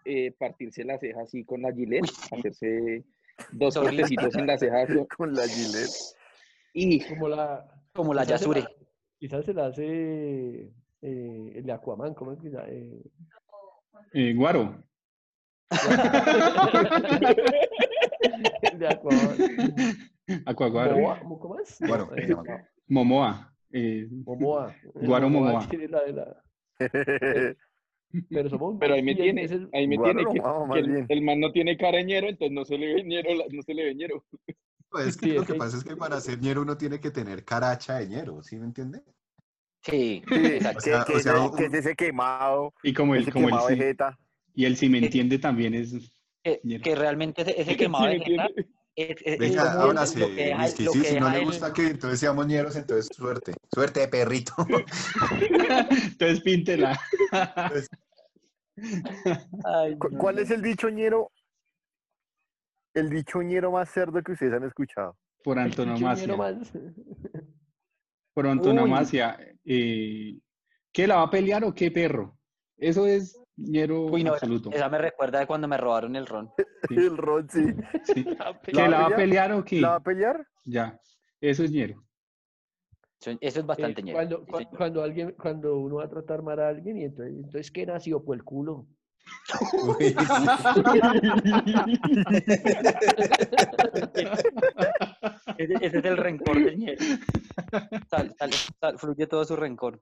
Speaker 5: Eh, partirse la ceja así con la gilet, hacerse dos
Speaker 4: Eso es horrible.
Speaker 5: cortecitos en la ceja con-
Speaker 8: [LAUGHS] Con la gilet.
Speaker 5: y
Speaker 9: Como la,
Speaker 4: Como la
Speaker 9: Quizás se la-
Speaker 4: Yasure.
Speaker 9: Quizás se la hace eh, el de Aquaman, ¿cómo es que se llama? Eh,
Speaker 4: [LAUGHS]
Speaker 9: [LAUGHS]
Speaker 6: Eh, Guaro.
Speaker 9: el de Aquaman.
Speaker 6: Acuaguaro.
Speaker 9: ¿Momoa? ¿Cómo- ¿Cómo es?
Speaker 7: Guaro,
Speaker 9: No,
Speaker 7: se
Speaker 9: eh,
Speaker 7: llama.
Speaker 6: Momoa. eh,
Speaker 9: Momoa. El
Speaker 6: Guaro Momoa.
Speaker 9: tiene la de la- eh, Pero somos
Speaker 5: pero ahí me
Speaker 9: y el-
Speaker 5: tiene,
Speaker 9: es el-
Speaker 5: ahí me
Speaker 8: Guaro
Speaker 5: tiene que,
Speaker 8: nomás,
Speaker 5: que
Speaker 8: más
Speaker 5: el,
Speaker 8: bien.
Speaker 5: el man no tiene careñero, entonces no se le ve ñero, la- no se le ve ñero.
Speaker 7: Pues es que
Speaker 9: Sí,
Speaker 7: lo
Speaker 9: es
Speaker 7: que
Speaker 9: que-
Speaker 7: pasa es que para ser ñero uno tiene que tener caracha de ñero, ¿sí me entiende?
Speaker 4: Sí,
Speaker 8: [LAUGHS] Sí,
Speaker 4: exacto.
Speaker 8: que,
Speaker 7: sea-
Speaker 8: que
Speaker 7: o sea,
Speaker 8: ese- que
Speaker 7: un-
Speaker 8: es ese quemado,
Speaker 6: Y como el,
Speaker 8: ese
Speaker 6: como el
Speaker 8: quemado de
Speaker 6: sí-
Speaker 8: jeta.
Speaker 6: y el si me entiende también es
Speaker 7: [LAUGHS]
Speaker 4: Que,
Speaker 6: ñero.
Speaker 4: que realmente ese, ese
Speaker 5: [LAUGHS] ¿Sí
Speaker 4: quemado
Speaker 5: me
Speaker 4: de [LAUGHS] jeta
Speaker 5: entiende?
Speaker 4: es, es- es
Speaker 7: Venga,
Speaker 4: como el-
Speaker 7: ábrase,
Speaker 4: lo que deja, el-
Speaker 7: whisky.
Speaker 4: lo
Speaker 7: Sí,
Speaker 4: que
Speaker 7: si no
Speaker 4: deja
Speaker 7: le
Speaker 4: el-
Speaker 7: gusta que entonces seamos ñeros, entonces suerte. Suerte,
Speaker 9: [LAUGHS]
Speaker 7: perrito. [LAUGHS]
Speaker 6: Entonces píntela.
Speaker 4: Ay,
Speaker 8: ¿Cu-
Speaker 4: no,
Speaker 8: ¿Cuál
Speaker 4: no,
Speaker 8: es el dicho ñero? El dicho ñero más cerdo que ustedes han escuchado.
Speaker 6: Por
Speaker 9: el picho ñero
Speaker 6: antonomasia.
Speaker 9: más. eh,
Speaker 6: Por antonomasia. eh, ¿Qué la va a pelear o qué perro? Eso es ñero
Speaker 4: Uy, no, esa,
Speaker 6: absoluto.
Speaker 4: esa me recuerda de cuando me robaron el ron.
Speaker 6: Sí.
Speaker 8: El ron, sí.
Speaker 6: sí.
Speaker 8: ¿La
Speaker 6: ¿Qué la va a
Speaker 8: pelea?
Speaker 6: pelear o qué?
Speaker 8: ¿La va a pelear?
Speaker 6: Ya. Eso es ñero.
Speaker 4: Eso, eso es
Speaker 9: Eh,
Speaker 4: bastante ñero,
Speaker 9: cuando,
Speaker 4: sí,
Speaker 9: cua-
Speaker 4: señor.
Speaker 9: cuando alguien, cuando uno va a tratar mal a alguien, y entonces, entonces ¿qué nació por el culo?
Speaker 7: Uy,
Speaker 4: Ese, ese es el rencor del ñero. Sal, sal, sal- fluye todo su rencor.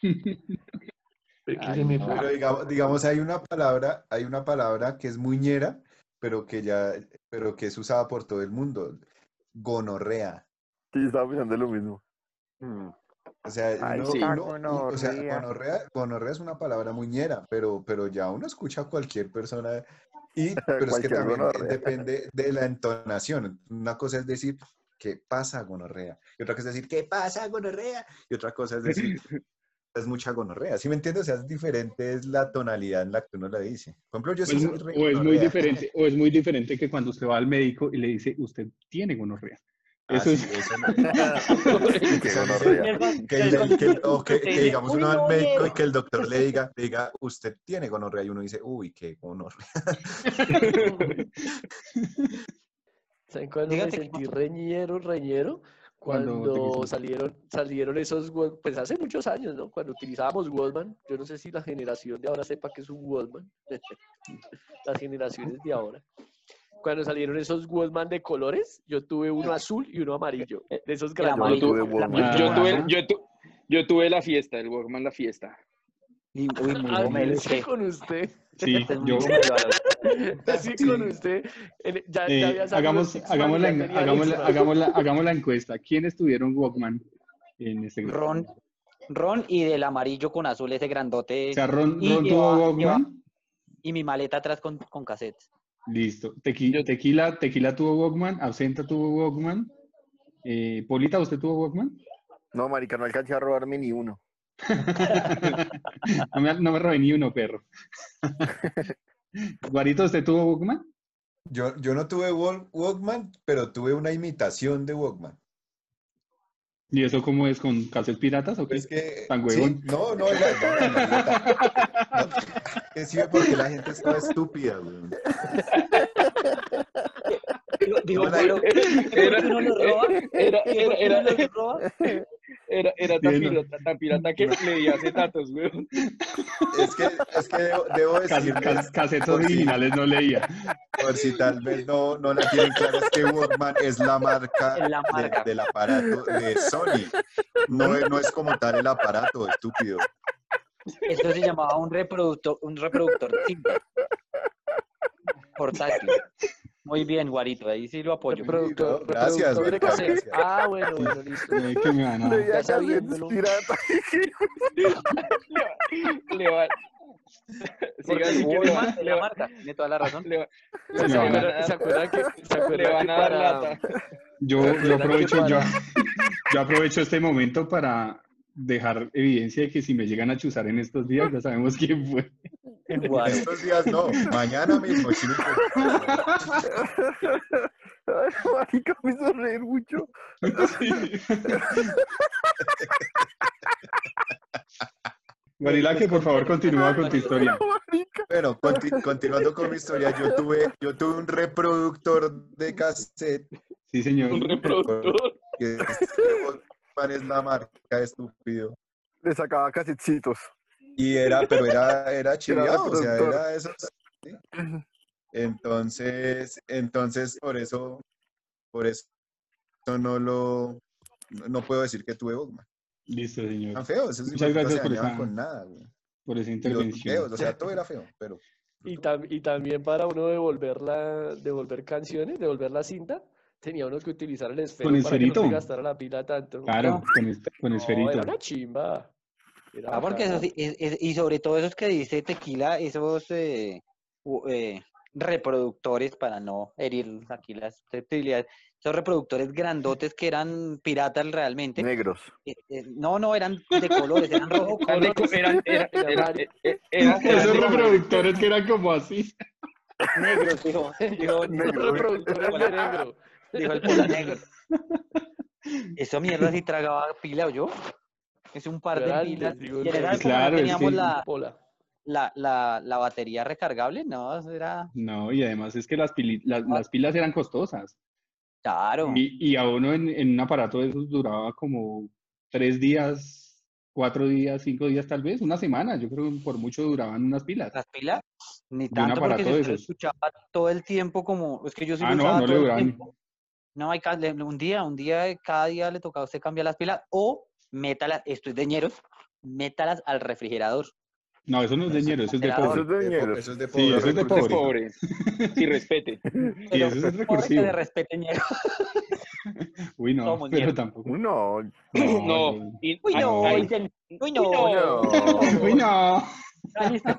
Speaker 9: Pero que
Speaker 6: Ay,
Speaker 9: se me
Speaker 6: no.
Speaker 9: fue.
Speaker 8: Ah.
Speaker 7: Pero digamos, digamos, hay una palabra, hay una palabra que es muy ñera, pero que ya, pero que es usada por todo el mundo. Gonorrea.
Speaker 8: Sí, estaba pensando lo mismo.
Speaker 7: O sea,
Speaker 8: Ay,
Speaker 7: uno-
Speaker 8: sí.
Speaker 7: uno-
Speaker 8: Gonorrea.
Speaker 7: o sea, gonorrea, gonorrea es una palabra muy ñera, pero, pero ya uno escucha a cualquier persona
Speaker 8: [LAUGHS]
Speaker 7: y, pero es que
Speaker 8: Cualquier
Speaker 7: también
Speaker 8: gonorrea.
Speaker 7: depende de la entonación. Una cosa es decir, ¿qué pasa, gonorrea? Y otra cosa es decir, ¿qué pasa, gonorrea? Y otra cosa es
Speaker 6: [LAUGHS]
Speaker 7: decir, es mucha gonorrea. ¿Sí me entiendes? O sea, es diferente es la tonalidad en la que uno la dice. Por ejemplo, yo
Speaker 6: O
Speaker 7: sí
Speaker 6: es,
Speaker 7: soy
Speaker 6: Pues mu-
Speaker 7: re
Speaker 6: o es muy
Speaker 7: gonorrea.
Speaker 6: diferente, o es muy diferente que cuando usted va al médico y le dice, usted tiene gonorrea.
Speaker 7: Ah,
Speaker 6: Eso
Speaker 7: sí,
Speaker 6: es,
Speaker 7: eso
Speaker 8: [LAUGHS]
Speaker 7: no.
Speaker 8: Qué
Speaker 7: Que uno
Speaker 8: gonorrea.
Speaker 7: dice- que,
Speaker 10: el
Speaker 7: diga- que-
Speaker 10: concepto
Speaker 7: o que-
Speaker 10: que te
Speaker 7: que
Speaker 10: dice,
Speaker 7: digamos uno
Speaker 10: "Uy,
Speaker 7: al
Speaker 10: no,
Speaker 7: médico y
Speaker 10: Diego".
Speaker 7: que el doctor le diga, le diga, usted tiene gonorrea y uno dice, uy, qué gonorrea.
Speaker 9: ¿Saben cuándo me
Speaker 4: Dígate que-
Speaker 9: sentí reñero, reñero?
Speaker 6: Cuando te
Speaker 9: Cuando
Speaker 6: quitaste.
Speaker 9: salieron, salieron esos, Wal- pues hace muchos años, ¿no? Cuando utilizábamos Wallman, yo no sé si la generación de ahora sepa que es un Wallman, las generaciones de ahora. Cuando salieron esos Wallman de colores, yo tuve uno azul y uno amarillo, eh, de esos
Speaker 4: El
Speaker 8: Yo no
Speaker 9: grandes.
Speaker 4: amarillo.
Speaker 8: tuve
Speaker 5: Yo,
Speaker 8: Walkman.
Speaker 6: Ah,
Speaker 5: yo tuve,
Speaker 6: ajá.
Speaker 5: yo, tu- yo tuve la fiesta, el Walkman la fiesta.
Speaker 4: Y, uy, mi hijo me lo
Speaker 9: Así con usted,
Speaker 6: [LAUGHS] sí,
Speaker 4: este es mi
Speaker 6: yo, eh,
Speaker 4: hijo me lo hará.
Speaker 9: así
Speaker 6: Sí.
Speaker 9: con usted. el- Ya, ya
Speaker 6: eh,
Speaker 9: había salido
Speaker 6: hagamos,
Speaker 9: Sixman,
Speaker 6: hagamos, la,
Speaker 9: ya
Speaker 6: en-
Speaker 9: tenía
Speaker 6: hagamos, la,
Speaker 9: Sixman.
Speaker 6: hagamos, la, hagamos la encuesta. ¿Quiénes tuvieron Walkman en este grupo?
Speaker 4: Ron, Ron y del amarillo con azul, ese grandote.
Speaker 6: O sea, Ron,
Speaker 4: Y
Speaker 6: Ron
Speaker 4: lleva-
Speaker 6: tuvo Walkman.
Speaker 4: y mi maleta atrás con, con cassettes.
Speaker 6: Listo. Tequi-
Speaker 5: Yo-
Speaker 6: tequila, tequila tuvo Walkman. Absenta tuvo Walkman. Eh, Polita, ¿usted tuvo Walkman? [LAUGHS]
Speaker 8: No, marica, no alcancé a robarme ni uno.
Speaker 6: no, me, no me robé ni uno, perro. [LAUGHS] Guarito, ¿usted tuvo Walkman?
Speaker 7: Yo, yo no tuve Wal- Walkman, pero tuve una imitación de Walkman.
Speaker 6: ¿Y eso cómo es? ¿Con cassette piratas o qué?
Speaker 7: Es que,
Speaker 6: Tan
Speaker 7: sí,
Speaker 6: huevón.
Speaker 7: no, no, era, no, era maleta. No, que sí, porque la gente estaba estúpida, güey.
Speaker 4: Digo, digo,
Speaker 7: No, la-
Speaker 4: pero, ¿y ¿por
Speaker 5: [LAUGHS] era-
Speaker 4: qué uno lo roba?
Speaker 5: Era,
Speaker 4: ¿Y por
Speaker 5: era,
Speaker 4: qué uno
Speaker 5: era,
Speaker 4: lo roba?
Speaker 5: era, era tan
Speaker 6: Sí, no.
Speaker 5: pirata, tan
Speaker 8: [LAUGHS]
Speaker 5: pirata que le di acetatos, weón.
Speaker 7: Es que, es que debo, debo
Speaker 6: Cas-
Speaker 7: decirles,
Speaker 6: cas- Casetas
Speaker 7: por si-
Speaker 6: originales no leía.
Speaker 7: por si tal vez no, no la tienen clara, es que Walkman es la marca,
Speaker 4: Es la
Speaker 7: de-
Speaker 4: marca.
Speaker 7: del aparato de Sony. No, es- no es como tal el aparato, estúpido.
Speaker 4: Eso se llamaba un reproductor, un reproductor simple. Portátil. Muy bien, Guarito, ahí sí lo apoyo.
Speaker 9: Productor,
Speaker 7: no, gracias,
Speaker 9: reproductor de
Speaker 7: Berta,
Speaker 9: cassette.
Speaker 7: gracias.
Speaker 9: Ah, bueno, bueno, listo.
Speaker 6: Eh, que me van a-
Speaker 8: Leía casetes
Speaker 9: sabiéndolo.
Speaker 8: piratas.
Speaker 5: Le [LAUGHS] va.
Speaker 4: Porque
Speaker 5: Sigan,
Speaker 4: es
Speaker 5: que le, van-
Speaker 4: Walkman, es
Speaker 5: le
Speaker 4: la
Speaker 5: va-
Speaker 4: marca, tiene toda
Speaker 5: [LAUGHS]
Speaker 4: la razón.
Speaker 5: le va-
Speaker 9: ¿Se
Speaker 6: Me van
Speaker 9: acuerdan, se acuerdan que,
Speaker 5: [LAUGHS]
Speaker 9: se
Speaker 5: le
Speaker 9: acuerdan
Speaker 5: van
Speaker 9: que
Speaker 5: a dar [LAUGHS]
Speaker 9: para-
Speaker 5: lata.
Speaker 6: Yo, yo
Speaker 9: ¿Verdad que
Speaker 6: aprovecho, yo,
Speaker 9: para?
Speaker 6: [LAUGHS] yo aprovecho este momento para dejar evidencia de que si me llegan a chuzar en estos días, ya sabemos quién fue.
Speaker 4: El Guaro.
Speaker 7: Estos días no, mañana mismo, chinico.
Speaker 8: Ay, [LAUGHS] marica, me hizo reír mucho.
Speaker 6: [LAUGHS] Marila, que por favor continúa con tu historia.
Speaker 8: Marica.
Speaker 7: Bueno, conti- continuando con mi historia, yo tuve, yo tuve un reproductor de cassette
Speaker 6: Sí, señor.
Speaker 5: Un reproductor.
Speaker 7: que este Walkman es la marca, estúpido.
Speaker 8: Le sacaba casetitos.
Speaker 7: Y era, pero era, era chiviado, o sea,
Speaker 8: reproductor.
Speaker 7: era eso. ¿sí? Entonces, entonces, por eso, por eso no lo, no no puedo decir que tuve Walkman.
Speaker 6: Listo, señor.
Speaker 7: Tan feos, esos
Speaker 6: Muchas
Speaker 7: hijos de puta
Speaker 6: gracias
Speaker 7: se
Speaker 6: por
Speaker 7: dañaban
Speaker 6: esa-
Speaker 7: con nada, güey.
Speaker 6: Por esa
Speaker 7: Y Ah, los feos,
Speaker 6: intervención.
Speaker 7: o sea, todo era feo, pero
Speaker 9: Y, tam- y también para uno devolver, la, devolver canciones, devolver la cinta, tenía uno que utilizar el esfero para que no
Speaker 6: esferito?
Speaker 9: se gastara la pila tanto.
Speaker 6: Claro, con, es- con
Speaker 9: No,
Speaker 6: esferito.
Speaker 9: era una chimba. Era
Speaker 4: Ah, porque eso
Speaker 9: bacana.
Speaker 4: sí, es- es- y sobre todo esos que dice tequila, esos eh, u- eh, reproductores, para no herir aquí las susceptibilidades, esos reproductores grandotes que eran piratas realmente.
Speaker 8: Negros.
Speaker 4: eh, eh, no, no, eran de colores, eran rojo con
Speaker 5: Eran de co- eran- era-
Speaker 9: [LAUGHS] Era
Speaker 5: era-
Speaker 9: Mario.
Speaker 5: eh, [LAUGHS] era- eran
Speaker 6: Esos
Speaker 5: de colores.
Speaker 6: reproductores que eran como así.
Speaker 4: negros, dijo, dijo,
Speaker 8: Negro.
Speaker 9: Un reproductor de
Speaker 4: Hola.
Speaker 9: negro.
Speaker 4: dijo
Speaker 9: [LAUGHS]
Speaker 4: el pola negro. Esa mierda sí tragaba pila, ¿o yo? Es un par de
Speaker 9: Grande,
Speaker 4: pilas.
Speaker 9: digo,
Speaker 4: Y en esa
Speaker 9: grande.
Speaker 4: época no
Speaker 6: Claro, es
Speaker 4: teníamos
Speaker 6: que-
Speaker 4: la,
Speaker 9: Pola.
Speaker 4: la, la, la batería recargable, no, eso era
Speaker 6: No, y además es que las, pili- la- las pilas eran costosas.
Speaker 4: claro.
Speaker 6: Y, y a uno en, en un aparato de esos duraba como tres días, cuatro días, cinco días tal vez, una semana. Yo creo que por mucho duraban unas pilas.
Speaker 4: las pilas, ni
Speaker 6: un
Speaker 4: tanto porque
Speaker 6: aparato
Speaker 4: si
Speaker 6: de
Speaker 4: usted lo
Speaker 6: esos.
Speaker 4: escuchaba todo el tiempo como, es que yo sí lo
Speaker 6: Ah, no, no
Speaker 4: usaba
Speaker 6: le
Speaker 4: todo el
Speaker 6: duraban.
Speaker 4: tiempo. No, hay ca- le- un día, un día, cada día le tocaba a usted cambiar las pilas o métalas, esto es de ñeros, métalas al refrigerador.
Speaker 6: No, eso no es de ñero, eso es de
Speaker 4: Refrigerador.
Speaker 8: Eso
Speaker 6: pobre.
Speaker 8: es de negros.
Speaker 7: de po- eso es de
Speaker 6: Sí, eso es de
Speaker 7: pobre.
Speaker 5: De
Speaker 6: pobre.
Speaker 5: pobre. Sí,
Speaker 6: [LAUGHS]
Speaker 5: respete.
Speaker 6: Sí,
Speaker 5: [CLEARS THROAT]
Speaker 4: Pero
Speaker 6: eso es
Speaker 4: pobre que le
Speaker 6: recursivo.
Speaker 4: respete ñero.
Speaker 6: Uy, no,
Speaker 4: somos
Speaker 6: pero
Speaker 4: ñeros.
Speaker 6: tampoco.
Speaker 8: No.
Speaker 6: [LAUGHS] No,
Speaker 5: No. y-
Speaker 4: Uy,
Speaker 5: ah,
Speaker 4: no,
Speaker 5: ahí-
Speaker 4: dicen, uy,
Speaker 5: uy,
Speaker 4: no.
Speaker 5: no.
Speaker 8: No.
Speaker 6: Uy, no.
Speaker 4: Ahí está.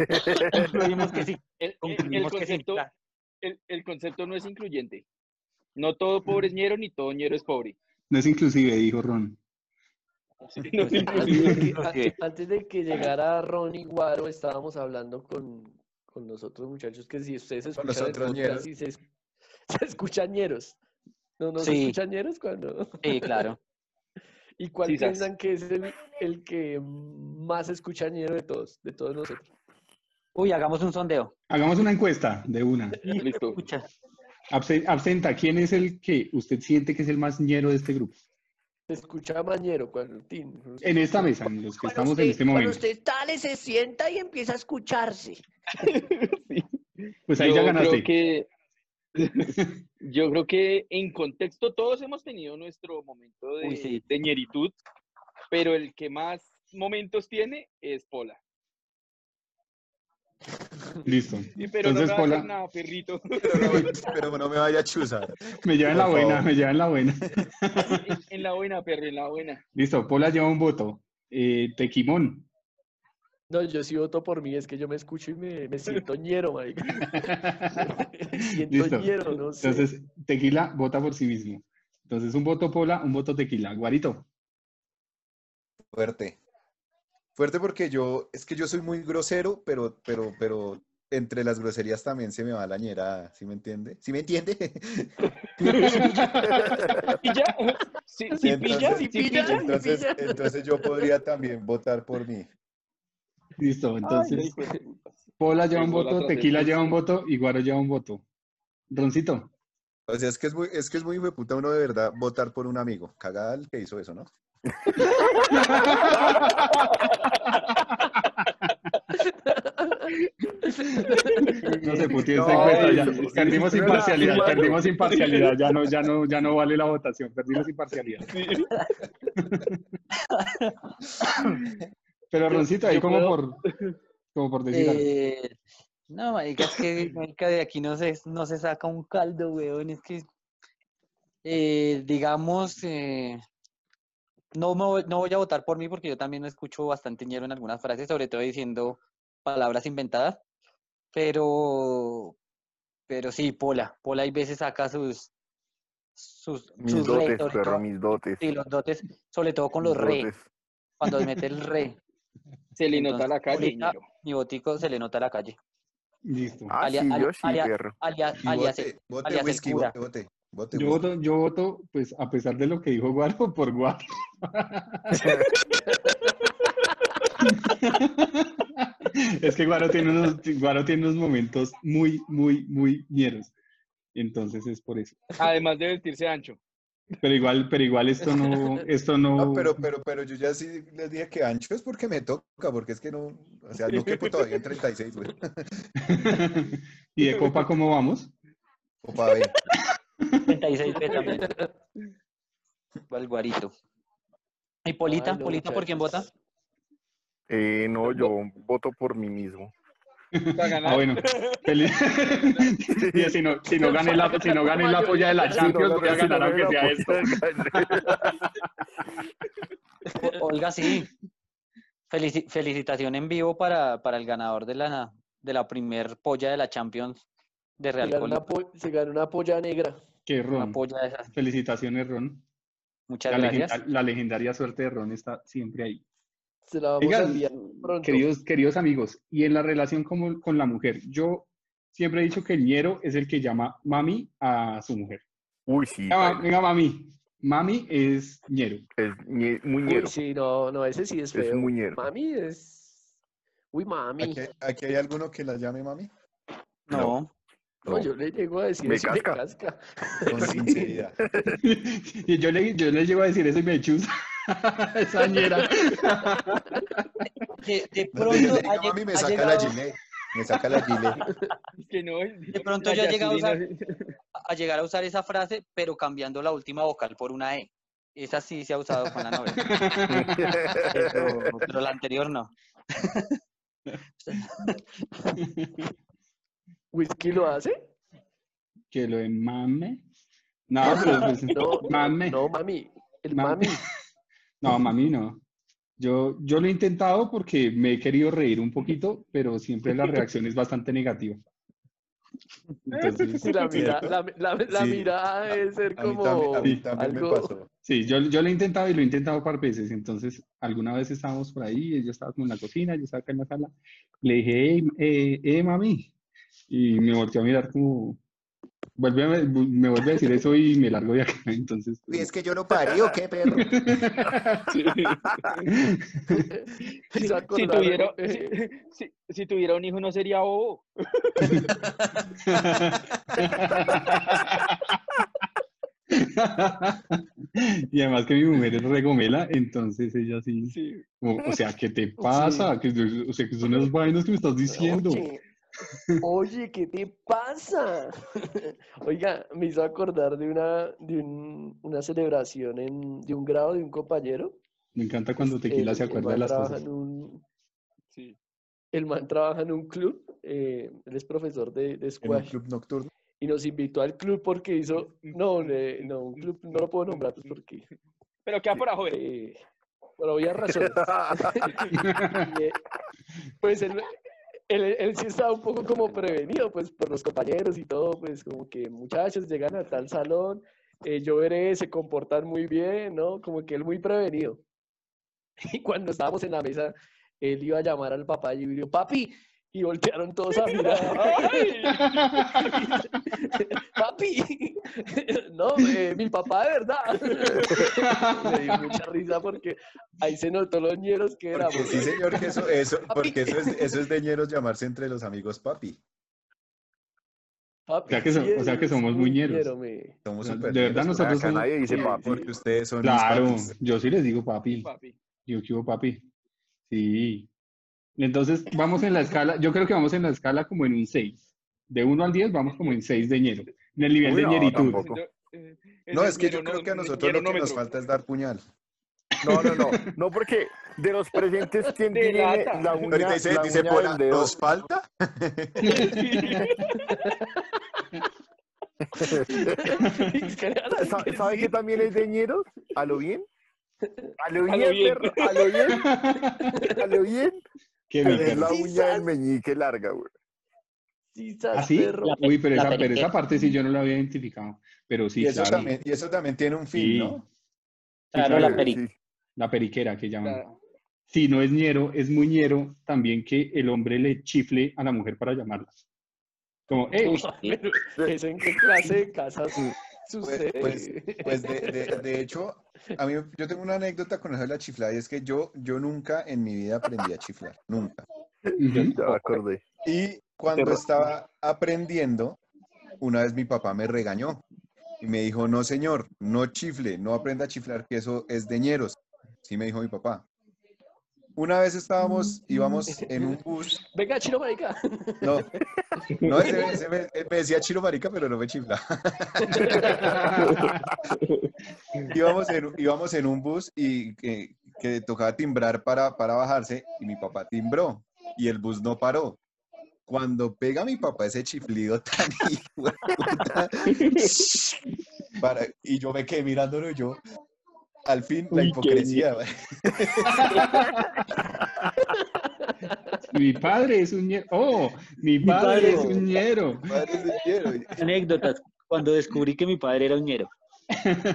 Speaker 4: Concluimos que sí,
Speaker 5: El, el- el
Speaker 4: concluimos que sí.
Speaker 5: concepto, el, el concepto no es incluyente. No todo pobre es ñero, ni todo ñero es
Speaker 6: [LAUGHS]
Speaker 5: pobre.
Speaker 6: No es inclusive, dijo Ron. Pues,
Speaker 5: [LAUGHS] No es
Speaker 9: Antes de
Speaker 5: inclusive.
Speaker 9: que, antes- Ah, antes de que llegara Ronnie Guaro, estábamos hablando con, con nosotros, muchachos, que si ustedes
Speaker 7: Con
Speaker 9: escuchan
Speaker 7: los
Speaker 9: el
Speaker 7: otros
Speaker 9: podcast
Speaker 7: ñeros.
Speaker 9: y se, es- [LAUGHS] se escuchan ñeros. No, no se
Speaker 4: Sí.
Speaker 9: escuchan ñeros cuando. [LAUGHS]
Speaker 4: Sí, claro.
Speaker 9: ¿Y cuál
Speaker 5: Sí, sas.
Speaker 9: piensan que es el, el que más escucha ñero de todos, de todos nosotros?
Speaker 4: Uy, hagamos un sondeo.
Speaker 6: Hagamos una encuesta de una.
Speaker 5: Listo.
Speaker 4: Escucha.
Speaker 6: Absen- absenta, ¿quién es el que usted siente que es el más ñero de este grupo?
Speaker 9: Se escucha más ñero cuando. tin, no sé.
Speaker 6: En esta mesa, en los que estamos en este momento.
Speaker 10: sale, se sienta y empieza a escucharse.
Speaker 6: Pues ahí
Speaker 5: yo
Speaker 6: ya
Speaker 5: Creo
Speaker 6: ganaste.
Speaker 5: que, [LAUGHS] yo creo que en contexto todos hemos tenido nuestro momento de,
Speaker 4: Uy, sí.
Speaker 5: de ñeritud, pero el que más momentos tiene es Pola.
Speaker 6: Listo.
Speaker 5: Y pero
Speaker 6: Entonces,
Speaker 5: no le va a hacer
Speaker 6: Pola-
Speaker 5: nada,
Speaker 6: [LAUGHS]
Speaker 5: perrito.
Speaker 7: Pero no, pero no me vaya a chuzar.
Speaker 6: Me llevan la
Speaker 7: Por
Speaker 6: buena,
Speaker 7: favor.
Speaker 6: me llevan la buena.
Speaker 5: En, [LAUGHS] en la buena, perro, en la buena.
Speaker 6: [LAUGHS] Listo, Pola lleva un voto. Eh, Tequimón.
Speaker 9: No, yo sí voto por mí, es que yo me escucho y me,
Speaker 7: [LAUGHS]
Speaker 9: me siento ñero, marica. [LAUGHS] Me siento
Speaker 6: Listo.
Speaker 9: ñero, no sé.
Speaker 6: Entonces, Tequila vota por sí mismo. Entonces, un voto Pola, un voto Tequila. Guarito.
Speaker 7: Fuerte. Fuerte porque yo, es que yo soy muy grosero, pero, pero, pero entre las groserías también se me va la ñerada, ¿sí me entiende? ¿Sí
Speaker 5: [LAUGHS]
Speaker 7: me entiende?
Speaker 5: ¿Pilla? Sí, sí, pilla, sí, pilla.
Speaker 7: entonces, entonces yo podría también votar por mí.
Speaker 6: Listo,
Speaker 5: Ay,
Speaker 6: entonces,
Speaker 5: hijo de puta.
Speaker 6: Pola lleva un
Speaker 5: Tengo la
Speaker 6: voto,
Speaker 5: otra
Speaker 6: Tequila
Speaker 5: sentencia.
Speaker 6: lleva un voto y Guaro lleva un voto. Roncito.
Speaker 7: O sea, es que es muy, es que es muy hijo de puta uno de verdad votar por un amigo. Cagada el que hizo eso, ¿no?
Speaker 6: No se puteé esta
Speaker 8: No,
Speaker 6: encuesta ya.
Speaker 8: eso-
Speaker 6: Perdimos
Speaker 8: eso-
Speaker 6: imparcialidad,
Speaker 8: eso-
Speaker 6: perdimos imparcialidad. Ya no, ya no, ya no vale la votación, perdimos imparcialidad. [LAUGHS] Pero Roncito, ahí
Speaker 5: yo
Speaker 6: como
Speaker 5: puedo-
Speaker 6: por, como por decir algo.
Speaker 4: Eh, no, marica, es
Speaker 8: [LAUGHS]
Speaker 4: que marica, de aquí no se, no se saca un caldo, weón. Es que, eh, digamos, eh, no, me voy- no voy a votar por mí porque yo también escucho bastante ñero en algunas frases, sobre todo diciendo palabras inventadas. Pero, pero sí, Pola. Pola hay veces saca sus, sus,
Speaker 8: Mis
Speaker 4: sus re,
Speaker 8: dotes,
Speaker 4: sobre
Speaker 8: perro,
Speaker 4: todo-
Speaker 8: mis dotes.
Speaker 4: sí, los dotes, sobre todo con
Speaker 8: mis
Speaker 4: los re,
Speaker 8: dotes.
Speaker 4: cuando
Speaker 8: [LAUGHS]
Speaker 4: mete el re.
Speaker 5: Se le nota
Speaker 4: Entonces,
Speaker 5: la calle,
Speaker 4: ahorita-
Speaker 5: ñero.
Speaker 4: Mi botico se le nota la calle.
Speaker 6: Listo.
Speaker 8: Ah,
Speaker 4: Alia-
Speaker 8: sí,
Speaker 4: alia-
Speaker 8: yo sí,
Speaker 4: alia-
Speaker 8: perro.
Speaker 4: Alias,
Speaker 7: Y
Speaker 4: alias, el-
Speaker 7: vote, vote,
Speaker 4: alias el
Speaker 7: whisky,
Speaker 4: cura.
Speaker 7: vote, vote, vote,
Speaker 6: Yo
Speaker 7: whisky.
Speaker 6: voto, yo voto, pues a pesar de lo que dijo Guaro, por Guaro. [LAUGHS] es que Guaro tiene, unos, Guaro tiene unos momentos muy, muy, muy ñeros. Entonces es por eso.
Speaker 5: Además de vestirse ancho.
Speaker 6: Pero igual, pero igual esto
Speaker 4: [LAUGHS]
Speaker 6: no, esto no.
Speaker 7: No, pero, pero, pero yo ya sí les dije que ancho es porque me toca, porque es que no, o sea, no quepo todavía en 36, güey.
Speaker 6: [LAUGHS] ¿Y de copa cómo vamos?
Speaker 7: Opa, ve.
Speaker 4: [LAUGHS] 36B también. Va el guarito. ¿Y Polita?
Speaker 9: Ay, no,
Speaker 4: ¿Polita por quién vota?
Speaker 9: muchachos.
Speaker 8: Eh, no, yo voto por mí mismo.
Speaker 5: Para
Speaker 6: Ah,
Speaker 5: ganar.
Speaker 6: bueno. Feliz- [LAUGHS] Y si no, si no gané la, si no gané la polla de la Champions, voy a ganar aunque sea esto.
Speaker 4: O- [LAUGHS] Olga, sí. Felici- felicitación en vivo para, para el ganador de la, de la primer polla de la Champions de
Speaker 9: Se
Speaker 4: Real
Speaker 9: ganó, una
Speaker 4: Colombia.
Speaker 9: po- se ganó una polla negra.
Speaker 6: Que
Speaker 4: Una
Speaker 6: Ron.
Speaker 4: polla de esas.
Speaker 6: Felicitaciones, Ron.
Speaker 4: Muchas
Speaker 6: La,
Speaker 4: gracias.
Speaker 6: legenda- la legendaria suerte de Ron está siempre ahí.
Speaker 9: Se la vamos a
Speaker 6: Oigan,
Speaker 9: enviar pronto.
Speaker 6: queridos, queridos amigos, y en la relación como- con la mujer, yo siempre he dicho que el ñero es el que llama mami a su mujer.
Speaker 8: Uy, sí,
Speaker 6: Venga, ma-
Speaker 8: paila,
Speaker 6: venga, mami. Mami es ñero.
Speaker 8: es ñe- muy
Speaker 9: Uy,
Speaker 8: ñero.
Speaker 9: sí, no, no, ese sí es
Speaker 8: Es
Speaker 9: feo.
Speaker 8: muy ñero.
Speaker 9: Mami es. Uy, mami.
Speaker 7: ¿Aquí, aquí hay alguno que la llame mami?
Speaker 4: No.
Speaker 9: No,
Speaker 8: No.
Speaker 9: yo le llego a decir
Speaker 8: Me
Speaker 9: eso y
Speaker 8: casca.
Speaker 7: Con sinceridad.
Speaker 6: [LAUGHS] Y yo le, yo le llego a decir eso y me chusa. [LAUGHS] Esa ñera.
Speaker 4: De, de
Speaker 7: Donde yo
Speaker 4: pronto
Speaker 7: le diga
Speaker 4: ha, lleg-
Speaker 7: mami me
Speaker 4: ha
Speaker 7: saca la
Speaker 4: llegado-
Speaker 7: gilet. Me saca la gilet.
Speaker 5: Es que no.
Speaker 4: de pronto yo he llegado a usar- a llegar a usar esa frase, pero cambiando la última vocal por una E. Esa sí se ha usado con la novela. [LAUGHS] Pero, pero la anterior no.
Speaker 9: ¿Whisky lo hace?
Speaker 6: que lo de mame. No, pero pues,
Speaker 9: No, no,
Speaker 6: mame.
Speaker 9: no, mami. El
Speaker 6: Mami.
Speaker 9: mami.
Speaker 6: No, mami, no. Yo, yo lo he intentado porque me he querido reír un poquito, pero siempre la reacción es bastante negativa. Entonces,
Speaker 9: Sí, [LAUGHS] la, mira-
Speaker 7: ¿Cierto?
Speaker 9: la, la- la
Speaker 7: Sí.
Speaker 9: mirada debe ser
Speaker 7: A mí
Speaker 9: como
Speaker 7: también, a mí [LAUGHS] también
Speaker 9: algo...
Speaker 7: me pasó.
Speaker 6: Sí, yo, yo lo he intentado y lo he intentado un par de veces. Entonces, alguna vez estábamos por ahí, ella estaba como en la cocina, yo estaba acá en la sala. Le dije, hey, eh, eh, mami. Y me volteó a mirar como, vuelve a, me vuelve a decir eso y me largo de acá. [LAUGHS] Entonces,
Speaker 3: Uy, es que yo no parí, ¿o qué,
Speaker 7: [LAUGHS]
Speaker 3: perro?
Speaker 9: [LAUGHS] Se
Speaker 5: Si, si
Speaker 9: acordaron,
Speaker 5: tuviera,
Speaker 9: eh, [LAUGHS]
Speaker 5: si, si- si tuviera un hijo no sería bobo.
Speaker 6: [LAUGHS] Y además que mi mujer es regomela, entonces ella sí.
Speaker 5: Sí.
Speaker 6: como, o sea, ¿qué te pasa? Que, o sea, que son las vainas que me estás diciendo.
Speaker 9: Oye, oye, ¿qué te pasa? [LAUGHS] Oiga, me hizo acordar de una, de un- una celebración en, de un grado de un compañero.
Speaker 6: Me encanta cuando Tequila
Speaker 9: El-
Speaker 6: se
Speaker 9: el
Speaker 6: acuerda
Speaker 9: man
Speaker 6: de las
Speaker 9: trabaja
Speaker 6: cosas.
Speaker 9: en un-
Speaker 5: Sí.
Speaker 9: el man trabaja en un club, eh, él es profesor de, de
Speaker 7: En un
Speaker 9: squash
Speaker 7: club nocturno.
Speaker 9: y nos invitó al club porque hizo, no, le- no, un club no lo puedo nombrar pues, porque,
Speaker 5: Pero queda por joven.
Speaker 9: eh, por obvias razones. Y, eh, pues él, él, él sí estaba un poco como prevenido, pues por los compañeros y todo, pues como que muchachos llegan a tal salón, eh, yo veré, se comportan muy bien, ¿no? Como que él muy prevenido. Y cuando estábamos en la mesa, él iba a llamar al papá y dijo, papi, y voltearon todos a mirar.
Speaker 5: ¡Ay!
Speaker 9: papi, [LAUGHS] no, eh, mi papá de [LAUGHS] verdad. Le dio mucha risa porque ahí se notó los ñeros que éramos.
Speaker 7: Porque sí,
Speaker 9: ¿no?
Speaker 7: señor, que eso, eso,
Speaker 9: Papi.
Speaker 7: porque eso es, eso es de ñeros llamarse entre los amigos papi.
Speaker 6: O
Speaker 9: Papi,
Speaker 6: sea que so- o sea que
Speaker 9: eres
Speaker 6: somos muy ñeros.
Speaker 9: ñero, me.
Speaker 8: [LAUGHS]
Speaker 7: Somos
Speaker 6: De
Speaker 7: súper
Speaker 6: verdad
Speaker 7: ñeros,
Speaker 6: nosotros
Speaker 8: Acá
Speaker 6: somos-
Speaker 8: nadie dice
Speaker 4: [LAUGHS]
Speaker 9: Sí,
Speaker 8: papi.
Speaker 7: porque ustedes son mis
Speaker 6: Claro,
Speaker 7: papis.
Speaker 6: yo sí les digo
Speaker 5: Sí,
Speaker 6: papi.
Speaker 5: papi.
Speaker 6: Yo quiero papi. Sí. Entonces, vamos en la escala, yo creo que vamos en la escala como en un 6. De 1 al 10 vamos como en 6 de ñero. En el nivel
Speaker 8: Uy,
Speaker 6: de
Speaker 8: no,
Speaker 6: ñeritud.
Speaker 8: tampoco.
Speaker 5: Yo- eh,
Speaker 7: No,
Speaker 5: ese
Speaker 7: es que yo
Speaker 5: ñero
Speaker 7: creo
Speaker 5: no-
Speaker 7: que a nosotros lo que nos
Speaker 5: ñeronómetro.
Speaker 7: falta es dar puñal.
Speaker 8: No, no, no. No, porque de los presentes, ¿quién
Speaker 5: De
Speaker 8: tiene
Speaker 5: lata.
Speaker 8: la
Speaker 7: Ahorita
Speaker 8: uña, [LAUGHS]
Speaker 9: [LAUGHS]
Speaker 7: dice,
Speaker 8: la
Speaker 7: dice
Speaker 8: uña
Speaker 7: por
Speaker 8: del
Speaker 7: a-
Speaker 8: dedo?
Speaker 7: ¿nos falta?
Speaker 9: Créanme
Speaker 8: Sa-
Speaker 9: que
Speaker 8: ¿Sabe
Speaker 9: sí.
Speaker 8: qué también es de ñeros? ¿A lo bien? ¿A lo
Speaker 5: A lo
Speaker 8: bien,
Speaker 5: bien.
Speaker 8: perro? ¿A lo bien? ¿A lo
Speaker 6: [LAUGHS]
Speaker 8: bien?
Speaker 6: Qué
Speaker 8: Tener
Speaker 6: bícaro.
Speaker 8: la
Speaker 9: Sí,
Speaker 8: uña del
Speaker 9: sas.
Speaker 8: meñique larga, güey.
Speaker 9: Sisas,
Speaker 6: ¿Así?
Speaker 9: perro.
Speaker 6: ¿Ah, Uy, pero esa, pero esa parte sí yo no la había identificado. Pero sí,
Speaker 7: Y eso
Speaker 6: claro.
Speaker 7: también, y eso también tiene un fin,
Speaker 6: Sí.
Speaker 7: ¿no?
Speaker 6: Sí,
Speaker 11: Claro, la
Speaker 6: claro.
Speaker 11: peri-
Speaker 8: Sí.
Speaker 6: La periquera que llaman.
Speaker 5: La-
Speaker 6: Si no es ñero, es muy ñero también que el hombre le chifle a la mujer para llamarla. Como, "Eh, hey, [LAUGHS]
Speaker 9: Pero, ¿Eso en qué clase de casas
Speaker 7: Pues,
Speaker 9: sucede?
Speaker 7: pues, pues de, de- de hecho, a mí, yo tengo una anécdota con eso de la chiflada y es que yo, yo nunca en mi vida aprendí a chiflar, nunca.
Speaker 6: ujú.
Speaker 8: Ya me acordé.
Speaker 7: Y cuando estaba aprendiendo, una vez mi papá me regañó y me dijo, no señor, no chifle, no aprenda a chiflar, que eso es de ñeros. Sí me dijo mi papá. Una vez estábamos, íbamos en un bus,
Speaker 9: Venga, chino marica.
Speaker 7: no, no, ese, ese me, me decía chino marica, pero no me chifla. íbamos en, íbamos en un bus y que, que tocaba timbrar para, para bajarse y mi papá timbró y el bus no paró. Cuando pega mi papá ese chiflido [LAUGHS] tan hijueputa,
Speaker 6: [LAUGHS]
Speaker 7: para, y yo me quedé mirándolo y yo, al fin la
Speaker 6: Uy, qué
Speaker 7: hipocresía.
Speaker 6: Mi padre es un ñero. Oh, mi padre
Speaker 11: padre.
Speaker 6: es un ñero.
Speaker 7: [LAUGHS] Madre del
Speaker 6: [LAUGHS]
Speaker 7: cielo,
Speaker 11: anécdotas. Cuando descubrí que mi padre era un ñero.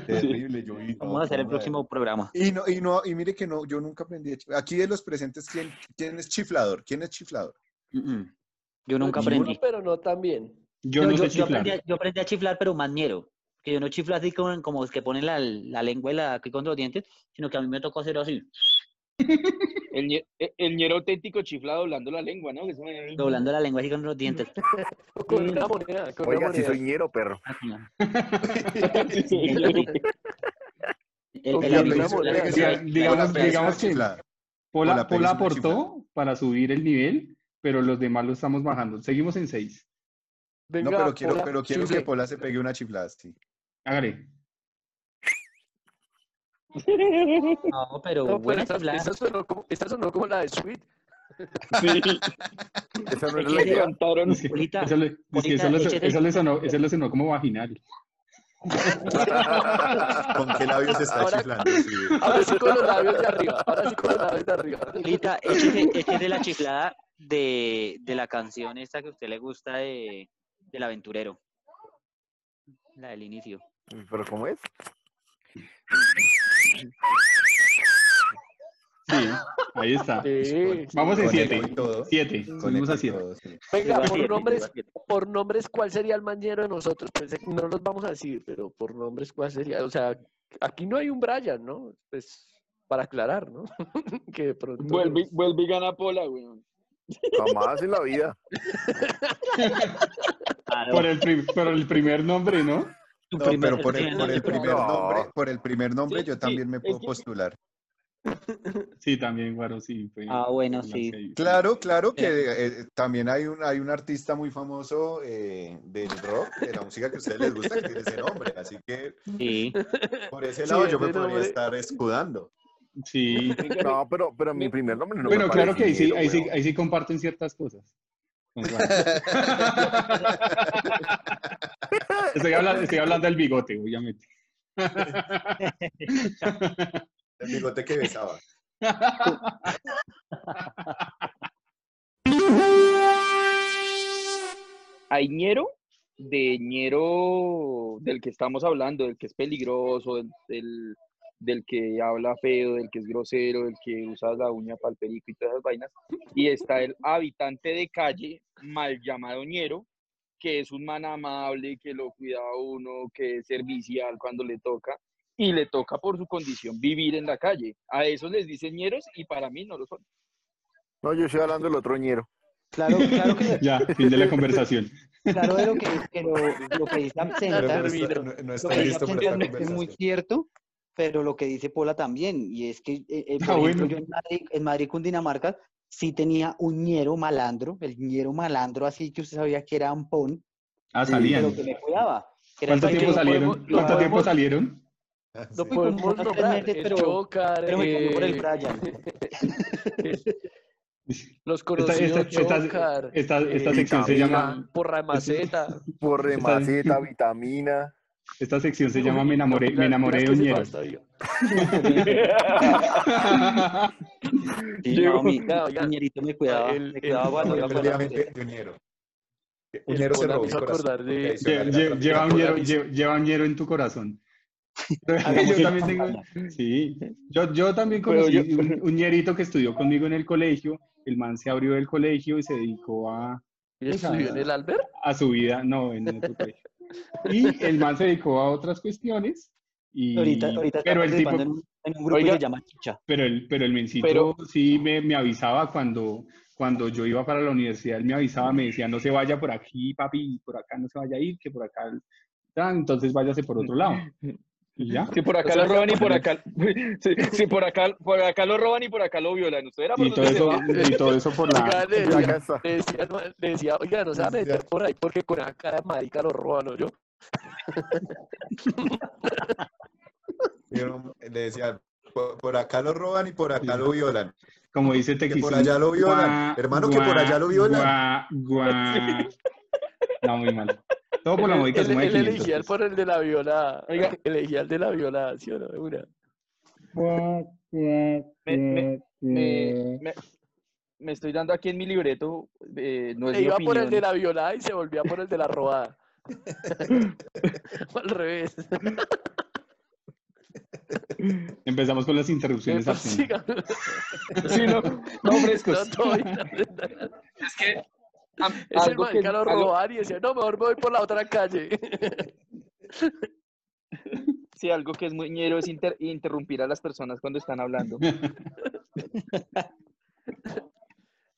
Speaker 7: Terrible, yo vi, no,
Speaker 11: Vamos a hacer el
Speaker 7: madre.
Speaker 11: próximo programa.
Speaker 7: Y no, y no, y mire que no, yo nunca aprendí a chiflar. Aquí de los presentes, ¿quién, quién es chiflador? ¿Quién es chiflador?
Speaker 11: Mm, mm. Yo [LAUGHS] nunca
Speaker 9: Yo chiflo,
Speaker 11: aprendí.
Speaker 9: Pero no tan bien.
Speaker 6: Yo
Speaker 11: No,
Speaker 6: no
Speaker 11: yo,
Speaker 6: sé
Speaker 11: yo aprendí,
Speaker 6: chiflar.
Speaker 11: a, yo aprendí a chiflar, pero más ñero. Que yo no chiflo así como, como que ponen la, la lengua y la, aquí contra los dientes, sino que a mí me tocó hacer así,
Speaker 5: El, ñe- el, el ñero auténtico chifla doblando la lengua, ¿no? Que es un-
Speaker 11: doblando la lengua así contra los [LAUGHS] dientes.
Speaker 9: O
Speaker 11: Mm.
Speaker 9: Con una moneda, con una
Speaker 8: Oiga, si
Speaker 9: moneda.
Speaker 8: soy ñero, perro.
Speaker 11: Ah, no.
Speaker 8: [LAUGHS]
Speaker 5: Sí, sí,
Speaker 11: El-
Speaker 5: ñero.
Speaker 11: el-
Speaker 9: Con
Speaker 11: el
Speaker 9: una
Speaker 11: amigo-
Speaker 7: Péguese-
Speaker 9: moneda,
Speaker 7: péguese
Speaker 6: Diga-
Speaker 7: una-
Speaker 6: digamos-
Speaker 7: Hola, péguese una
Speaker 6: digamos que-
Speaker 7: chiflada.
Speaker 6: Pola,
Speaker 7: Hola,
Speaker 6: Pola
Speaker 7: péguese una chiflada.
Speaker 6: aportó para subir el nivel, pero los demás lo estamos bajando. Seguimos en 6.
Speaker 7: No,
Speaker 9: Venga,
Speaker 7: pero quiero,
Speaker 9: Pola,
Speaker 7: pero quiero que
Speaker 9: chifle.
Speaker 7: Pola se pegue una chiflada, sí.
Speaker 6: Hágale.
Speaker 11: No, pero
Speaker 9: No, pero
Speaker 11: buena
Speaker 9: esta,
Speaker 11: chiflada.
Speaker 9: esta sonó como, esta sonó como la de Sweet.
Speaker 5: [LAUGHS] Sí,
Speaker 8: Esa no
Speaker 11: Es
Speaker 8: era
Speaker 11: que
Speaker 8: la
Speaker 11: ese-
Speaker 8: idea.
Speaker 5: cantaron.
Speaker 8: [LAUGHS]
Speaker 6: Es que
Speaker 11: Polita,
Speaker 6: eso le, es que
Speaker 11: Polita,
Speaker 6: eso le-
Speaker 11: échate-
Speaker 6: eso le sonó, eso le sonó como vaginal.
Speaker 7: ¿Con qué labios está
Speaker 9: Ahora-
Speaker 7: chiflando? Sí.
Speaker 9: Ahora sí con los labios de arriba. Ahora sí con los labios
Speaker 11: [LAUGHS]
Speaker 9: de arriba.
Speaker 11: Lita, este échese, échese la chiflada de, de la canción esta que a usted le gusta de, del aventurero. La del inicio.
Speaker 8: Uy, ¿Pero cómo es?
Speaker 6: Sí,
Speaker 11: [LAUGHS]
Speaker 6: ahí está.
Speaker 9: Sí,
Speaker 6: Vamos a
Speaker 7: Con el
Speaker 6: siete.
Speaker 7: y todo.
Speaker 6: Siete.
Speaker 7: Con
Speaker 6: Subimos
Speaker 7: el
Speaker 6: a
Speaker 7: y
Speaker 6: siete.
Speaker 7: todo, sí.
Speaker 9: Venga,
Speaker 11: Lleva
Speaker 9: por
Speaker 11: siete,
Speaker 9: nombres,
Speaker 11: lleva siete.
Speaker 9: por nombres, ¿cuál sería el mañero de nosotros? Pues, no los vamos a decir, pero por nombres, ¿cuál sería? O sea, aquí no hay un Brian, ¿no? Pues para aclarar, ¿no? [LAUGHS] que de pronto.
Speaker 5: Vuelve,
Speaker 9: nos-
Speaker 5: vuelve y gana Pola, weón.
Speaker 8: Jamás en la vida.
Speaker 11: Claro,
Speaker 6: Por el, pri- por el primer nombre, ¿no?
Speaker 11: tu
Speaker 7: No,
Speaker 11: primer-
Speaker 7: pero por el, por el
Speaker 11: nombre.
Speaker 7: primer
Speaker 8: No.
Speaker 7: nombre, por el primer nombre
Speaker 5: Sí,
Speaker 7: yo
Speaker 5: sí,
Speaker 7: también me
Speaker 5: es
Speaker 7: puedo
Speaker 5: que-
Speaker 7: postular.
Speaker 6: Sí, también, Guaro, sí. fue-
Speaker 11: Ah, bueno,
Speaker 6: fue
Speaker 11: sí.
Speaker 6: lanza ahí,
Speaker 7: Claro, claro que eh, también hay un, hay un artista muy famoso eh, del rock, de la música que a ustedes les gusta, que tiene ese nombre. Así que
Speaker 11: Sí.
Speaker 7: por ese
Speaker 9: Sí,
Speaker 7: lado yo
Speaker 9: ese
Speaker 7: me podría
Speaker 9: nombre.
Speaker 7: estar escudando.
Speaker 6: Sí.
Speaker 5: Venga,
Speaker 8: No, pero, pero mi primer nombre no
Speaker 6: bueno,
Speaker 8: me
Speaker 6: claro que ahí sí,
Speaker 8: parece
Speaker 6: ahí sí,
Speaker 8: ñero,
Speaker 6: ahí sí comparten ciertas cosas. con
Speaker 8: [LAUGHS]
Speaker 6: Juan. estoy, hablando, estoy hablando del bigote, obviamente.
Speaker 7: El bigote que besaba.
Speaker 5: hay ñero de ñero del que estamos hablando, del que es peligroso, del, del, del que habla feo, del que es grosero, del que usa la uña para el perico y todas esas vainas. Y está el habitante de calle, mal llamado ñero, que es un man amable, que lo cuida a uno, que es servicial cuando le toca. Y le toca por su condición vivir en la calle. A esos les dicen ñeros y para mí no lo son.
Speaker 8: No, yo estoy hablando del otro ñero.
Speaker 11: Claro, claro que
Speaker 6: ya, fin de la conversación.
Speaker 11: claro
Speaker 6: [LAUGHS]
Speaker 11: de lo que, que lo, lo que dice
Speaker 7: Pero
Speaker 11: Absenta,
Speaker 7: no está,
Speaker 9: termino.
Speaker 7: no- no
Speaker 11: lo
Speaker 7: está
Speaker 11: que dice
Speaker 7: listo para
Speaker 11: Absenta
Speaker 7: esta
Speaker 11: es, es muy
Speaker 4: [LAUGHS]
Speaker 7: conversación.
Speaker 11: cierto, pero lo que dice Pola también, y es que, eh, eh, por
Speaker 6: Ah,
Speaker 11: ejemplo,
Speaker 6: bueno.
Speaker 11: yo en Madrid, en Madrid, Cundinamarca, sí tenía un ñero malandro, el ñero malandro, así que usted sabía que era ampón,
Speaker 6: Ah,
Speaker 7: Sí.
Speaker 6: salían.
Speaker 11: pero que me cuidaba. que era el
Speaker 6: ¿Cuánto
Speaker 11: parche de-
Speaker 6: tiempo
Speaker 9: lo
Speaker 6: salieron?
Speaker 9: podemos- lo
Speaker 6: ¿Cuánto tiempo
Speaker 9: podemos-
Speaker 6: salieron?
Speaker 7: Ah, sí.
Speaker 11: No fui como
Speaker 9: Podemos
Speaker 11: unos tres
Speaker 9: nombrar
Speaker 11: meses,
Speaker 9: el
Speaker 11: pero,
Speaker 9: Chocar,
Speaker 11: pero me cambió por el
Speaker 9: eh,
Speaker 11: Brian.
Speaker 9: los
Speaker 6: Esta, esta,
Speaker 9: conocidos
Speaker 6: esta,
Speaker 9: Chocar,
Speaker 6: esta, esta
Speaker 9: eh,
Speaker 6: sección se
Speaker 9: Vitamina,
Speaker 6: llama,
Speaker 9: Porra de Maceta.
Speaker 8: Por
Speaker 6: esta,
Speaker 8: remaceta, vitamina.
Speaker 6: esta sección se llama
Speaker 9: Uy,
Speaker 6: Me enamoré,
Speaker 9: no,
Speaker 6: me
Speaker 9: las-
Speaker 6: enamoré
Speaker 9: las
Speaker 6: de
Speaker 9: que
Speaker 6: un
Speaker 9: se
Speaker 6: ñero.
Speaker 9: pasa,
Speaker 11: [LAUGHS]
Speaker 9: oiga.
Speaker 6: [LAUGHS]
Speaker 11: Sí, no, mi,
Speaker 9: No,
Speaker 11: mi
Speaker 9: ya,
Speaker 11: ñerito me
Speaker 9: no,
Speaker 11: cuidaba,
Speaker 9: el,
Speaker 11: me
Speaker 9: el,
Speaker 11: cuidaba cuando iba
Speaker 9: el-
Speaker 11: para la
Speaker 7: Efectivamente,
Speaker 11: maceta.
Speaker 7: de Uñero.
Speaker 9: el
Speaker 7: Uñero se
Speaker 9: Pola
Speaker 7: robó
Speaker 9: me
Speaker 7: mi
Speaker 9: hizo
Speaker 7: corazón,
Speaker 9: acordar
Speaker 7: porque
Speaker 9: de,
Speaker 6: Lle-
Speaker 7: adicional era
Speaker 6: lle- Lleva
Speaker 7: traficante.
Speaker 6: un
Speaker 9: Pola
Speaker 6: ñero,
Speaker 9: me hizo-
Speaker 6: lle- lleva un ñero en
Speaker 5: [LAUGHS]
Speaker 6: tu corazón.
Speaker 11: Hagamos
Speaker 6: Yo
Speaker 11: esa
Speaker 6: también tengo,
Speaker 11: campaña.
Speaker 6: sí, yo, yo también
Speaker 5: Pero yo-
Speaker 6: conocí un, un ñerito que estudió conmigo en el colegio, el man se abrió del colegio y se dedicó a,
Speaker 9: ¿Y
Speaker 6: pues
Speaker 9: estudió en
Speaker 6: a,
Speaker 9: el Albert?
Speaker 6: a su vida, no, en otro colegio. Y el man se dedicó a otras cuestiones,
Speaker 11: Ahorita,
Speaker 6: y,
Speaker 11: ahorita está
Speaker 6: pero el tipo,
Speaker 11: participando en un, en un grupo
Speaker 5: Oiga.
Speaker 11: que se llama Chicha.
Speaker 6: pero el, pero el mencito
Speaker 5: Pero-
Speaker 6: sí me, me avisaba cuando, cuando yo iba para la universidad, él me avisaba, me decía, no se vaya por aquí, papi, por acá no se vaya a ir, que por acá, ah, entonces váyase por otro
Speaker 5: [LAUGHS]
Speaker 6: lado. Y ya.
Speaker 5: Si por acá
Speaker 9: sea,
Speaker 5: lo roban y por
Speaker 6: Bueno.
Speaker 5: acá, si, si por acá, [LAUGHS] por acá lo roban y por acá lo violan. Usted era Ah, por
Speaker 6: Y todo
Speaker 5: donde se
Speaker 6: eso,
Speaker 5: va.
Speaker 6: y todo
Speaker 5: [LAUGHS]
Speaker 6: eso por la,
Speaker 9: Oiga, le
Speaker 8: Ya
Speaker 7: [LAUGHS]
Speaker 9: decía,
Speaker 8: casa.
Speaker 9: le decía, no, le decía, oiga, no se va a meter por ahí porque con la cara de marica lo roban, ¿no? Yo,
Speaker 7: Yo no- le decía, por, por acá lo roban y por acá lo violan.
Speaker 6: como dice
Speaker 7: Que por
Speaker 6: Tequisú,
Speaker 7: allá lo violan.
Speaker 6: guá,
Speaker 7: Hermano, que por allá
Speaker 6: guá,
Speaker 7: lo violan.
Speaker 6: guá,
Speaker 5: [LAUGHS]
Speaker 6: guá. No, muy mal. Todo por
Speaker 9: él,
Speaker 6: la
Speaker 9: él,
Speaker 6: módica
Speaker 9: él
Speaker 6: suma de 500
Speaker 9: elegía el
Speaker 6: pesos.
Speaker 9: por el de la violada,
Speaker 5: Oiga.
Speaker 9: elegía el de la violada, ¿sí o no? De una.
Speaker 6: Guá, guá,
Speaker 5: Me, me,
Speaker 6: guá,
Speaker 5: me,
Speaker 6: guá.
Speaker 5: me- me estoy dando aquí en mi libreto, eh, no es
Speaker 9: Le
Speaker 5: mi
Speaker 9: E iba por el de
Speaker 5: opinión.
Speaker 9: la violada y se volvía por el de la
Speaker 5: [LAUGHS]
Speaker 9: robada. Al revés.
Speaker 6: Empezamos con las
Speaker 9: Eh,
Speaker 6: interrupciones
Speaker 9: pues,
Speaker 6: absentes.
Speaker 9: siga.
Speaker 5: [LAUGHS] Sí, no, no
Speaker 9: No,
Speaker 5: frescos.
Speaker 9: todavía.
Speaker 5: [LAUGHS] Es que am-
Speaker 9: Es el
Speaker 5: algo que
Speaker 9: marica lo
Speaker 5: algo,
Speaker 9: robar y decía, no, mejor me voy por la otra calle. [LAUGHS]
Speaker 5: sí, algo que es muy ñero es inter- interrumpir a las personas cuando están hablando.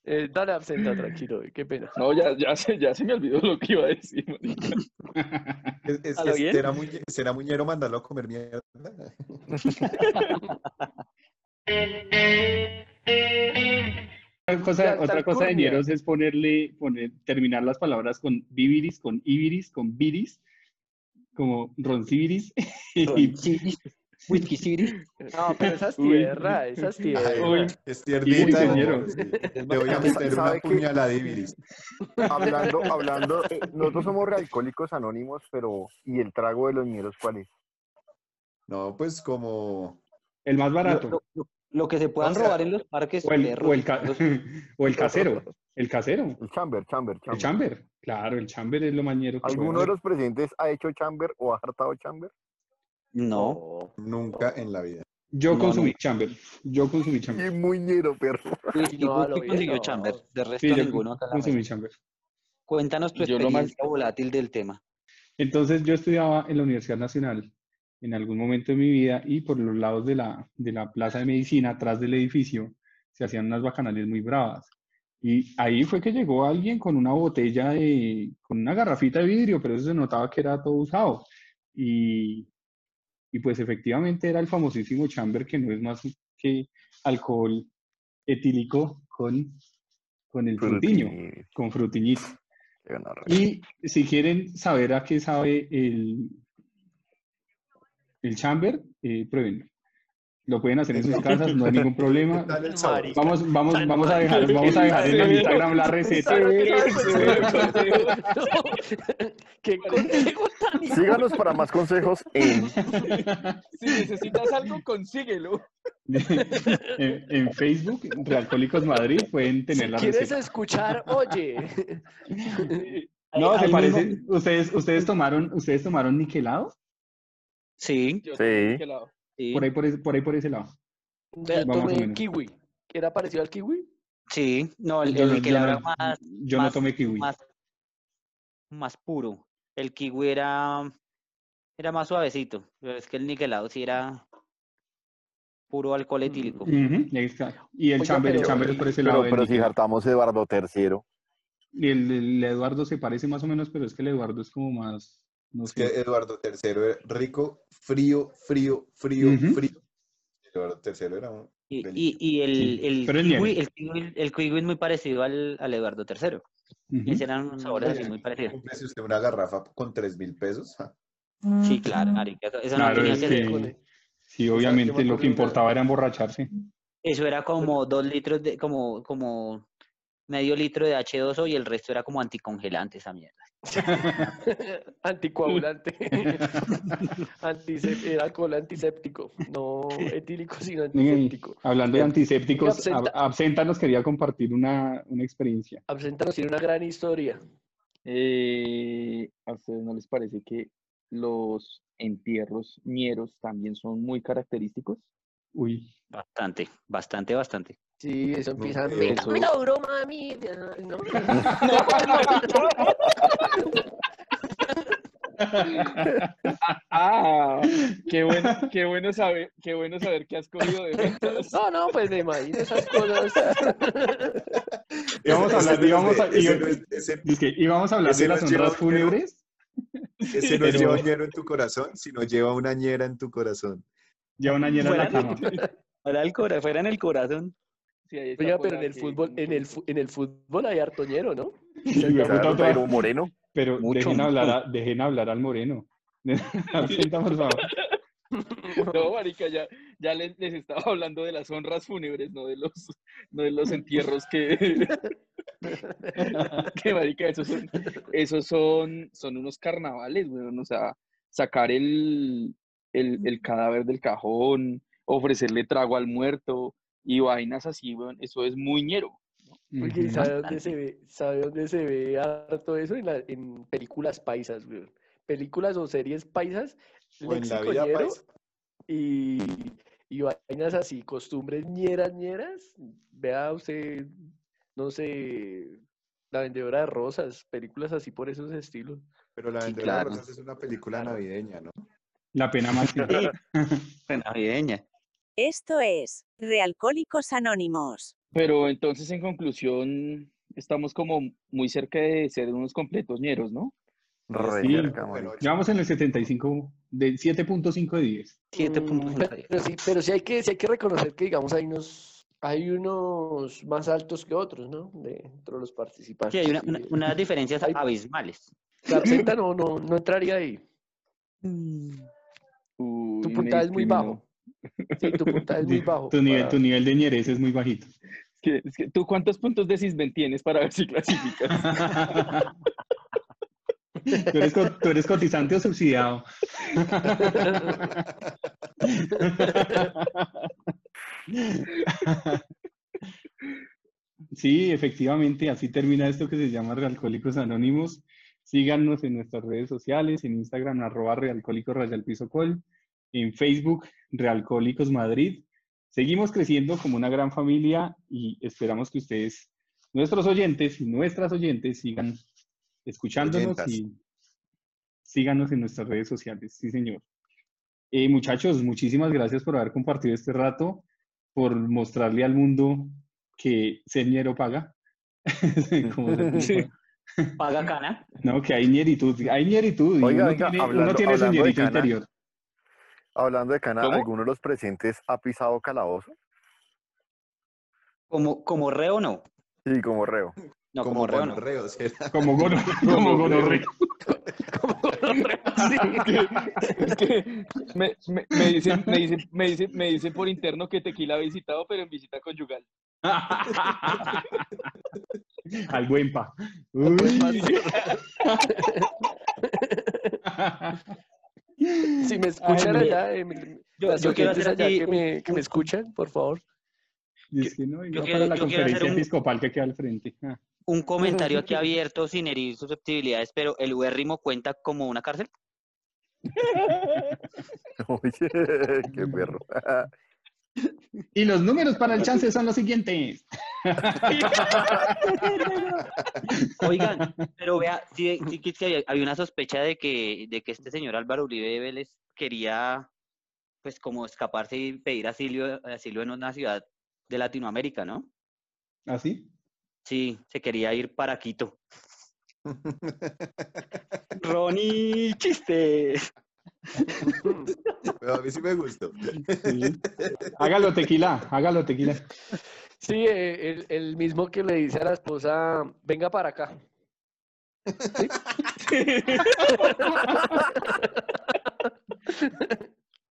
Speaker 9: Eh, dale absenta, tranquilo, eh, qué pena.
Speaker 5: No, ya, ya, se, ya se me olvidó lo que iba a decir. marica.
Speaker 7: Es- es-
Speaker 5: ¿A lo
Speaker 7: es-
Speaker 5: bien?
Speaker 7: será, muy, será muñero mandarlo a comer mierda.
Speaker 6: Otra
Speaker 9: La
Speaker 6: cosa, otra cosa de
Speaker 9: alcurnia.
Speaker 6: ñeros es ponerle, poner, terminar las palabras con viviris, con ibiris, con viris, como [LAUGHS] roncibiris.
Speaker 11: Ron Ciris, Whisky Ciris.
Speaker 9: No, pero esa [LAUGHS] es
Speaker 6: Uy.
Speaker 9: tierra, esa es
Speaker 7: Ay,
Speaker 9: tierra.
Speaker 6: Ibiris
Speaker 7: es tiernita
Speaker 6: de
Speaker 7: de
Speaker 6: ñero.
Speaker 7: ñero, sí.
Speaker 11: Es
Speaker 7: Te voy a
Speaker 11: bacano,
Speaker 8: Sa-
Speaker 7: meter una
Speaker 8: ¿Sabe qué?
Speaker 7: puñalada, Ibiris.
Speaker 8: Hablando, hablando, eh, nosotros somos alcohólicos anónimos, pero ¿y el trago de los ñeros cuál es?
Speaker 7: No, pues como...
Speaker 6: El más
Speaker 11: Lo,
Speaker 6: barato.
Speaker 11: lo- lo-
Speaker 4: Lo que se puedan
Speaker 7: O sea,
Speaker 4: robar en los parques,
Speaker 6: O el,
Speaker 4: perros,
Speaker 6: o el ca- [LAUGHS]
Speaker 4: gatos,
Speaker 6: o el casero, el casero,
Speaker 8: El chamber, chamber,
Speaker 6: el
Speaker 8: chamber.
Speaker 6: chamber. Claro, el chamber es lo mañero que
Speaker 8: ¿Alguno
Speaker 6: puede
Speaker 8: de
Speaker 6: haber.
Speaker 8: los presidentes ha hecho chamber o ha hartado chamber?
Speaker 4: No,
Speaker 7: Nunca en la vida.
Speaker 6: Yo
Speaker 4: No,
Speaker 6: consumí
Speaker 4: nunca.
Speaker 6: chamber, yo consumí chamber.
Speaker 8: Y muñero, perro.
Speaker 5: [LAUGHS]
Speaker 4: Whisky
Speaker 9: No, a lo
Speaker 4: Whisky
Speaker 9: bien,
Speaker 4: consiguió
Speaker 9: no.
Speaker 4: chamber, de resto
Speaker 6: Sí, yo
Speaker 4: ninguno acá en la mesa.
Speaker 6: consumí chamber.
Speaker 4: Cuéntanos tu
Speaker 5: Yo lo más-
Speaker 4: experiencia volátil del tema.
Speaker 6: Entonces yo estudiaba en la Universidad Nacional en algún momento de mi vida y por los lados de la, de la Plaza de Medicina, atrás del edificio, se hacían unas bacanales muy bravas. Y ahí fue que llegó alguien con una botella de, con una garrafita de vidrio, pero eso se notaba que era todo usado. Y, y pues efectivamente era el famosísimo chamber, que no es más que alcohol etílico con, con el frutiño,
Speaker 9: [LAUGHS]
Speaker 8: Frutiño,
Speaker 6: con frutiñito.
Speaker 8: qué honor.
Speaker 6: Y si quieren saber a qué sabe el, el chamber, eh, pruébenlo. Lo pueden hacer en sus casas, no hay ningún
Speaker 7: ¿Qué
Speaker 6: problema.
Speaker 7: tal el sabor?
Speaker 10: Marica.
Speaker 6: Vamos, vamos,
Speaker 10: Tan
Speaker 6: vamos a dejar,
Speaker 10: marica.
Speaker 6: vamos a dejar en el
Speaker 5: Severo.
Speaker 6: Instagram la receta.
Speaker 10: Solo que sabe,
Speaker 5: Severo,
Speaker 10: pues,
Speaker 5: severo,
Speaker 10: solo que
Speaker 5: severo.
Speaker 10: sabe.
Speaker 9: [LAUGHS]
Speaker 10: No. ¿Qué consejo tan hijo-
Speaker 8: Síganos para más consejos en
Speaker 5: Si necesitas algo, consíguelo.
Speaker 6: [LAUGHS] en, en Facebook, Realcohólicos Madrid, pueden tener
Speaker 9: Si
Speaker 6: la
Speaker 9: quieres
Speaker 6: receta.
Speaker 9: escuchar,
Speaker 6: [LAUGHS]
Speaker 9: oye. Ahí-
Speaker 6: No, se
Speaker 9: ahí mismo-
Speaker 6: parece. Ustedes, ustedes tomaron, ustedes tomaron niquelado
Speaker 11: Sí,
Speaker 5: Yo
Speaker 8: Sí.
Speaker 5: también, qué lado.
Speaker 11: sí,
Speaker 6: por ahí, por ese, por ahí, por ese lado.
Speaker 9: Yo
Speaker 6: Vamos, más o
Speaker 9: tomé
Speaker 6: menos.
Speaker 9: kiwi. ¿Era parecido al kiwi?
Speaker 11: sí. No, el,
Speaker 6: Yo
Speaker 11: el
Speaker 6: no,
Speaker 11: que
Speaker 6: yo
Speaker 11: le
Speaker 6: no-
Speaker 11: habrá más,
Speaker 6: yo no
Speaker 11: más-
Speaker 6: tomé kiwi.
Speaker 11: más, más puro. El kiwi era, era más suavecito. Pero es que el niquelado sí era puro
Speaker 6: Mm,
Speaker 11: alcohol etílico.
Speaker 6: Ujú, ahí está. Y el
Speaker 9: Oiga,
Speaker 6: chamber, el
Speaker 9: pero-
Speaker 6: chamber es por ese lado
Speaker 8: Pero,
Speaker 6: del
Speaker 8: pero si
Speaker 6: níquel.
Speaker 8: hartamos Eduardo tercero.
Speaker 6: Y el, el Eduardo se parece más o menos, pero es que el Eduardo es como más, no
Speaker 7: Es que
Speaker 6: sé.
Speaker 7: Eduardo III era rico, frío, frío, frío,
Speaker 6: Ujú.
Speaker 7: frío. Eduardo III era un
Speaker 11: Y, y,
Speaker 7: delicioso.
Speaker 11: y el,
Speaker 6: Sí,
Speaker 11: el,
Speaker 6: pero es
Speaker 11: kiwi,
Speaker 6: nieve.
Speaker 11: el, kiwi, el kiwi es muy parecido al, al Eduardo III.
Speaker 6: Ujú.
Speaker 11: Les eran unos sabores así
Speaker 7: Oiga,
Speaker 11: muy parecidos.
Speaker 7: Cómprese usted una garrafa con tres mil pesos. ja.
Speaker 1: Mm.
Speaker 11: Sí, claro, marica, eso, eso no
Speaker 6: Claro,
Speaker 11: tenía
Speaker 6: es
Speaker 11: que
Speaker 9: Yo me
Speaker 11: ser.
Speaker 6: que
Speaker 9: acordé.
Speaker 6: sí,
Speaker 9: ¿Sabes qué me
Speaker 6: obviamente lo
Speaker 9: acordé
Speaker 6: que
Speaker 9: de una-
Speaker 6: importaba era emborracharse.
Speaker 11: Eso era como dos litros de, como, como medio litro de H2O y el resto era como anticongelante esa mierda.
Speaker 9: [LAUGHS] Anticoagulante. [LAUGHS] Antisep- Era alcohol antiséptico. No etílico, sino
Speaker 6: Y
Speaker 9: antiséptico.
Speaker 6: hablando de
Speaker 9: Em,
Speaker 6: antisépticos,
Speaker 9: oiga,
Speaker 6: ab-
Speaker 9: absenta-
Speaker 6: Absenta nos quería compartir una, una experiencia.
Speaker 9: Absenta nos tiene una gran historia.
Speaker 5: Eh, ¿a ustedes no les parece que los entierros ñeros también son muy característicos?
Speaker 6: Uy,
Speaker 11: Bastante, bastante, bastante.
Speaker 9: Sí, eso
Speaker 7: No
Speaker 9: empieza.
Speaker 7: creo.
Speaker 10: Dame
Speaker 9: Eso,
Speaker 10: la broma a mí.
Speaker 9: [LAUGHS]
Speaker 10: ¿no?
Speaker 5: Ah, qué [LAUGHS] bueno, qué bueno saber, qué bueno saber que has cogido de ventas. [LAUGHS]
Speaker 9: No, no, pues me imagino esas
Speaker 10: [LAUGHS]
Speaker 9: cosas.
Speaker 6: Íbamos a
Speaker 7: Ese-
Speaker 6: hablar-
Speaker 7: ese no
Speaker 6: íbamos
Speaker 7: es
Speaker 6: a-
Speaker 7: de- ese no es- ese-
Speaker 6: dizque, íbamos a hablar de
Speaker 7: ese no
Speaker 6: las
Speaker 7: lleva
Speaker 6: honras
Speaker 7: un ñero.
Speaker 6: fúnebres,
Speaker 7: Ese no
Speaker 6: pero
Speaker 7: lleva un ñero en tu corazón, sino lleva una ñera en tu corazón.
Speaker 6: ya una ñera en la
Speaker 11: Fuera, en el-
Speaker 6: cama.
Speaker 11: fuera el cora- fuera en el corazón.
Speaker 5: Sí, ahí está
Speaker 9: Oiga, pero en
Speaker 5: Pola,
Speaker 9: el
Speaker 5: que
Speaker 9: fútbol,
Speaker 5: como
Speaker 9: en el, fu- en el fútbol hay hartoñero, ¿no?
Speaker 6: Y me apunto
Speaker 8: Claro,
Speaker 6: a todas-
Speaker 8: Dairo Moreno.
Speaker 6: pero
Speaker 11: Mucho,
Speaker 6: dejen hablar,
Speaker 11: mucho.
Speaker 6: a- dejen hablar al moreno. [LAUGHS] Absenta, por favor.
Speaker 5: No, marica, ya, ya les, les estaba hablando de las honras fúnebres, no de los, no de los entierros que,
Speaker 9: [LAUGHS]
Speaker 5: [LAUGHS] que marica, esos son, esos son, son unos carnavales, weón, o sea, sacar el, el, el cadáver del cajón, ofrecerle trago al muerto y vainas así, weón, eso es muy ñero.
Speaker 9: Oye, ¿y
Speaker 6: Ujú.
Speaker 9: sabe dónde se
Speaker 11: Bastante.
Speaker 9: ve, sabe dónde se ve harto eso? En, la- en películas paisas, weón. Películas o series paisas,
Speaker 7: O en la
Speaker 9: léxico
Speaker 7: vida
Speaker 9: ñero
Speaker 7: paisa.
Speaker 9: y, y vainas así, costumbres ñeras, ñeras. Vea usted, no sé, La Vendedora de Rosas, películas así por esos estilos.
Speaker 7: Pero La
Speaker 11: Sí,
Speaker 7: Vendedora de
Speaker 11: claro.
Speaker 7: Rosas es una película
Speaker 9: Claro.
Speaker 7: navideña, ¿no?
Speaker 6: La pena máxima.
Speaker 11: Sí, [LAUGHS] fue navideña.
Speaker 2: Esto es Realcohólicos Anónimos.
Speaker 5: Pero entonces, en conclusión, estamos como muy cerca de ser unos completos ñeros, ¿no?
Speaker 7: No,
Speaker 8: Re
Speaker 7: estamos
Speaker 6: Sí.
Speaker 8: cerca,
Speaker 7: como en
Speaker 8: marica.
Speaker 6: Ya
Speaker 7: ocho.
Speaker 6: vamos en el 75, de 7.5 de 10.
Speaker 9: Mm,
Speaker 11: 7.5.
Speaker 9: pero sí, pero sí hay que, sí hay que reconocer que, digamos, hay unos, hay unos más altos que otros, ¿no? De, entre los
Speaker 11: Sí, hay
Speaker 9: participantes.
Speaker 11: una- una-
Speaker 9: sí.
Speaker 11: unas diferencias
Speaker 9: Hay-
Speaker 11: abismales.
Speaker 6: [LAUGHS]
Speaker 9: La absenta no, no, no entraría ahí. Tu
Speaker 5: Uy, me
Speaker 9: puntaje es muy
Speaker 5: discriminó.
Speaker 9: bajo. Sí, tu puntaje es muy bajo.
Speaker 6: Tu nivel,
Speaker 9: para-
Speaker 6: tu nivel de ñerez es muy bajito. [LAUGHS]
Speaker 5: Es que- es que, ¿Tú cuántos puntos de Sisben tienes para ver si clasificas?
Speaker 6: Tú eres, co- tú eres cotizante o subsidiado. [LAUGHS] Sí, efectivamente, así termina esto que se llama Realcohólicos Anónimos. Síganos en nuestras redes sociales, en Instagram, arroba Realcohólicos Rayal Piso Col, en Facebook, Realcohólicos Madrid. Seguimos creciendo como una gran familia y esperamos que ustedes, nuestros oyentes y nuestras oyentes, sigan escuchándonos
Speaker 7: Oyentas.
Speaker 6: y síganos en nuestras redes sociales. Sí, señor. Eh, muchachos, muchísimas gracias por haber compartido este rato, por mostrarle al mundo que ser ñero paga. [LAUGHS] Como se-
Speaker 4: [LAUGHS] Paga cana.
Speaker 6: No, que hay ñeritud, hay ñeritud. y
Speaker 8: Oiga,
Speaker 6: uno,
Speaker 8: oiga,
Speaker 6: tiene, uno
Speaker 8: hablando-
Speaker 6: tiene su
Speaker 8: hablando de
Speaker 6: ñerito
Speaker 8: cana.
Speaker 6: interior.
Speaker 8: Hablando de Cana,
Speaker 5: ¿Cómo?
Speaker 8: ¿alguno de los presentes ha pisado calabozo?
Speaker 4: Como, como reo no.
Speaker 8: Sí, como
Speaker 9: [LAUGHS]
Speaker 8: reo.
Speaker 4: No, como,
Speaker 7: como
Speaker 4: reo no.
Speaker 7: gonorreo, ¿será?
Speaker 6: Como
Speaker 8: [LAUGHS]
Speaker 6: gono, como gonorrea.
Speaker 5: Es que me, me- me dicen, me, dicen, me, dicen, me dicen por interno que Tequila ha visitado, pero en visita
Speaker 6: [LAUGHS]
Speaker 5: conyugal.
Speaker 6: [LAUGHS] Al buen pa. Uy.
Speaker 9: Si me escuchan
Speaker 6: Ay, no.
Speaker 9: allá, eh, me-
Speaker 4: Yo,
Speaker 9: las
Speaker 4: yo quiero
Speaker 9: oyentes
Speaker 4: hacer
Speaker 9: allá
Speaker 4: aquí
Speaker 9: que
Speaker 4: un-
Speaker 9: me, que me escuchan, por favor. [LAUGHS]
Speaker 6: Y [LAUGHS] es que no, venga
Speaker 4: yo
Speaker 6: para
Speaker 4: quiero-
Speaker 6: la
Speaker 4: yo quiero hacer
Speaker 6: conferencia
Speaker 4: un-
Speaker 6: episcopal que queda al frente. Ah.
Speaker 4: un comentario aquí abierto sin herir susceptibilidades, pero el uérrimo cuenta como una cárcel.
Speaker 8: Oye, qué perro.
Speaker 6: Y los números para el chance son los siguientes.
Speaker 4: Oigan, pero vea, sí, sí que es que había, había una sospecha de que, de que este señor Álvaro Uribe Vélez quería, pues, como escaparse y pedir asilo, asilo en una ciudad de Latinoamérica, ¿no?
Speaker 6: ¿Así?
Speaker 4: Sí, se quería ir para Quito. Ronnie, [LAUGHS] chistes.
Speaker 7: [LAUGHS] Pero a mí sí me gustó.
Speaker 6: Sí. Hágalo tequila, hágalo tequila.
Speaker 9: Sí, eh, el, el mismo que le dice a la esposa, venga para acá. ¿Sí?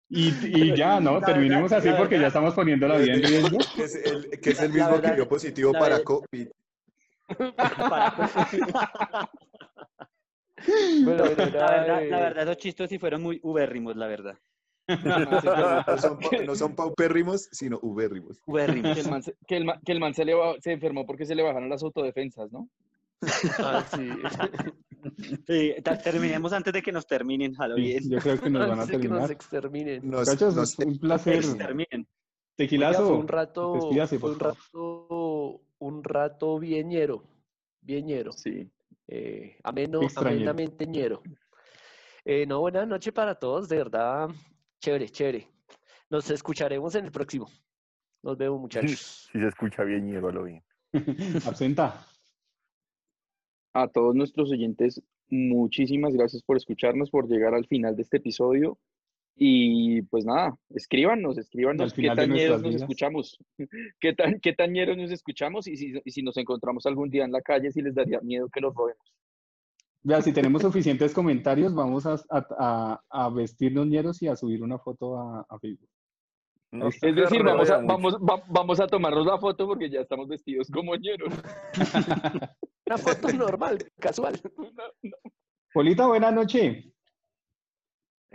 Speaker 6: Y, y ya, ¿no?
Speaker 9: La
Speaker 6: Terminemos
Speaker 9: verdad,
Speaker 6: así
Speaker 9: la
Speaker 6: porque ya
Speaker 9: verdad.
Speaker 6: estamos poniendo la vida en riesgo.
Speaker 7: Que es el, que es el
Speaker 4: La
Speaker 7: mismo
Speaker 4: verdad-
Speaker 7: que dio positivo
Speaker 4: la
Speaker 7: para
Speaker 4: verdad-
Speaker 7: COVID.
Speaker 6: [LAUGHS]
Speaker 9: Bueno, bueno,
Speaker 4: [LAUGHS] La
Speaker 9: era,
Speaker 4: verdad, la
Speaker 9: eh,
Speaker 4: verdad, esos chistes sí fueron muy ubérrimos, la verdad.
Speaker 7: No son, pa- no son paupérrimos, sino ubérrimos.
Speaker 4: Ubérrimos.
Speaker 5: Que el man, se, que el ma- que el man se, le ba- se enfermó porque se le bajaron las autodefensas, ¿no?
Speaker 9: [LAUGHS] ah, sí.
Speaker 4: Sí, ta- terminemos antes de que nos terminen, Halloween.
Speaker 6: Sí, yo creo que [LAUGHS] nos van a
Speaker 9: Antes de que nos
Speaker 6: terminar.
Speaker 9: exterminen.
Speaker 7: Nos,
Speaker 6: Muchachos,
Speaker 7: nos-
Speaker 6: un placer.
Speaker 4: Exterminen.
Speaker 9: Oiga,
Speaker 6: Tequilazo.
Speaker 9: fue un rato,
Speaker 6: despídase, por
Speaker 9: fue
Speaker 6: favor.
Speaker 9: un rato, un rato bienñero, bienñero,
Speaker 5: Sí.
Speaker 9: eh, ameno,
Speaker 6: Extrañero.
Speaker 9: amenamente ñero. Eh, no, buena noche para todos, de verdad, chévere, chévere. Nos escucharemos en el próximo. Nos
Speaker 6: [LAUGHS]
Speaker 9: vemos, muchachos.
Speaker 8: Si se escucha bien, llego lo bien.
Speaker 6: Absenta.
Speaker 5: A todos nuestros oyentes, muchísimas gracias por escucharnos, por llegar al final de este episodio. Y pues nada, escríbanos, escríbanos qué
Speaker 6: final de
Speaker 5: tan
Speaker 6: nuestras
Speaker 5: ñeros nos
Speaker 6: vidas.
Speaker 5: escuchamos, [LAUGHS] qué tan, qué tan ñeros nos escuchamos y si, y si nos encontramos algún día en la calle, si les daría miedo que los robemos.
Speaker 6: Vea, si tenemos suficientes comentarios, vamos a, a, a- a vestirnos ñeros y a subir una foto a, a Facebook.
Speaker 8: No
Speaker 6: Ahí está.
Speaker 8: se
Speaker 5: Es decir,
Speaker 8: rea
Speaker 5: vamos a,
Speaker 8: mucho.
Speaker 5: vamos, va- vamos a tomarnos la foto porque ya estamos vestidos como ñeros.
Speaker 9: Una foto normal, casual.
Speaker 6: Polita, buena noche.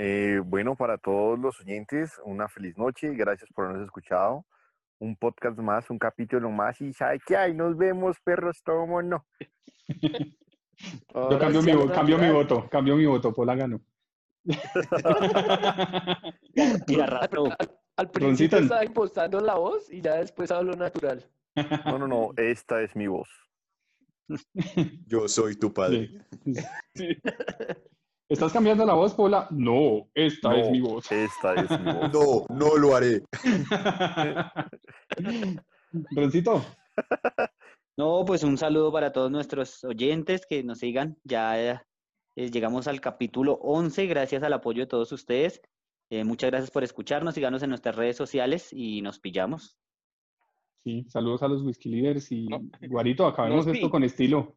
Speaker 8: Eh, bueno, para todos los oyentes, una feliz noche. Gracias por habernos escuchado. Un podcast más, un capítulo más. Y sabe que ahí nos vemos, perros, cómo no.
Speaker 6: Yo
Speaker 9: Ahora
Speaker 6: cambio,
Speaker 9: sí,
Speaker 6: mi,
Speaker 9: a
Speaker 6: vo-
Speaker 9: la
Speaker 6: cambio mi
Speaker 9: Navidad.
Speaker 6: voto, cambio mi voto, Pola
Speaker 9: [LAUGHS]
Speaker 6: ganó.
Speaker 4: Y arrastró.
Speaker 9: Al principio
Speaker 6: Roncito.
Speaker 9: estaba impostando la voz y ya después hablo natural.
Speaker 8: No, no, no. Esta es mi voz.
Speaker 7: yo soy tu padre.
Speaker 6: ¿Estás cambiando la voz, Pola? No, esta
Speaker 8: No,
Speaker 6: es mi
Speaker 9: [LAUGHS]
Speaker 6: voz.
Speaker 8: Esta es mi voz.
Speaker 7: No, no lo haré.
Speaker 6: Roncito,
Speaker 4: No, pues un saludo para todos nuestros oyentes que nos sigan. Ya eh, llegamos al capítulo 11, gracias al apoyo de todos ustedes. Eh, muchas gracias por escucharnos, síganos en nuestras redes sociales y nos pillamos.
Speaker 6: sí, saludos a los whisky leaders y
Speaker 5: No.
Speaker 6: Guarito, acabemos
Speaker 5: No, sí.
Speaker 6: esto con estilo.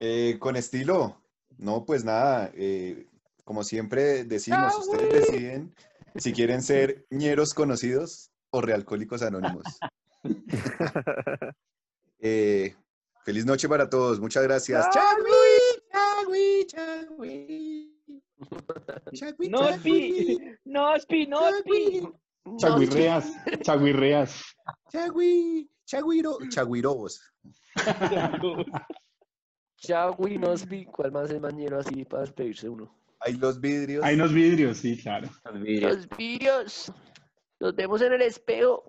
Speaker 7: Eh, con estilo. No, pues nada. eh, como siempre decimos, ustedes deciden si quieren ser ñeros conocidos o realcohólicos anónimos. Eh, feliz noche para todos. Muchas gracias.
Speaker 8: Ah.
Speaker 7: Chagui, chagui, chagui. Chagui,
Speaker 5: Nospi, Nospi, Nospi.
Speaker 7: chagui.
Speaker 6: Chagüirreas, chagüirreas.
Speaker 7: Chagui, chaguiro, chaguirobos.
Speaker 9: Chagui, Nosby, ¿cuál más es mañero así para despedirse uno?
Speaker 7: Hay los vidrios.
Speaker 6: Hay unos vidrios, sí, claro.
Speaker 10: Los vídeos. Nos vemos en el espejo.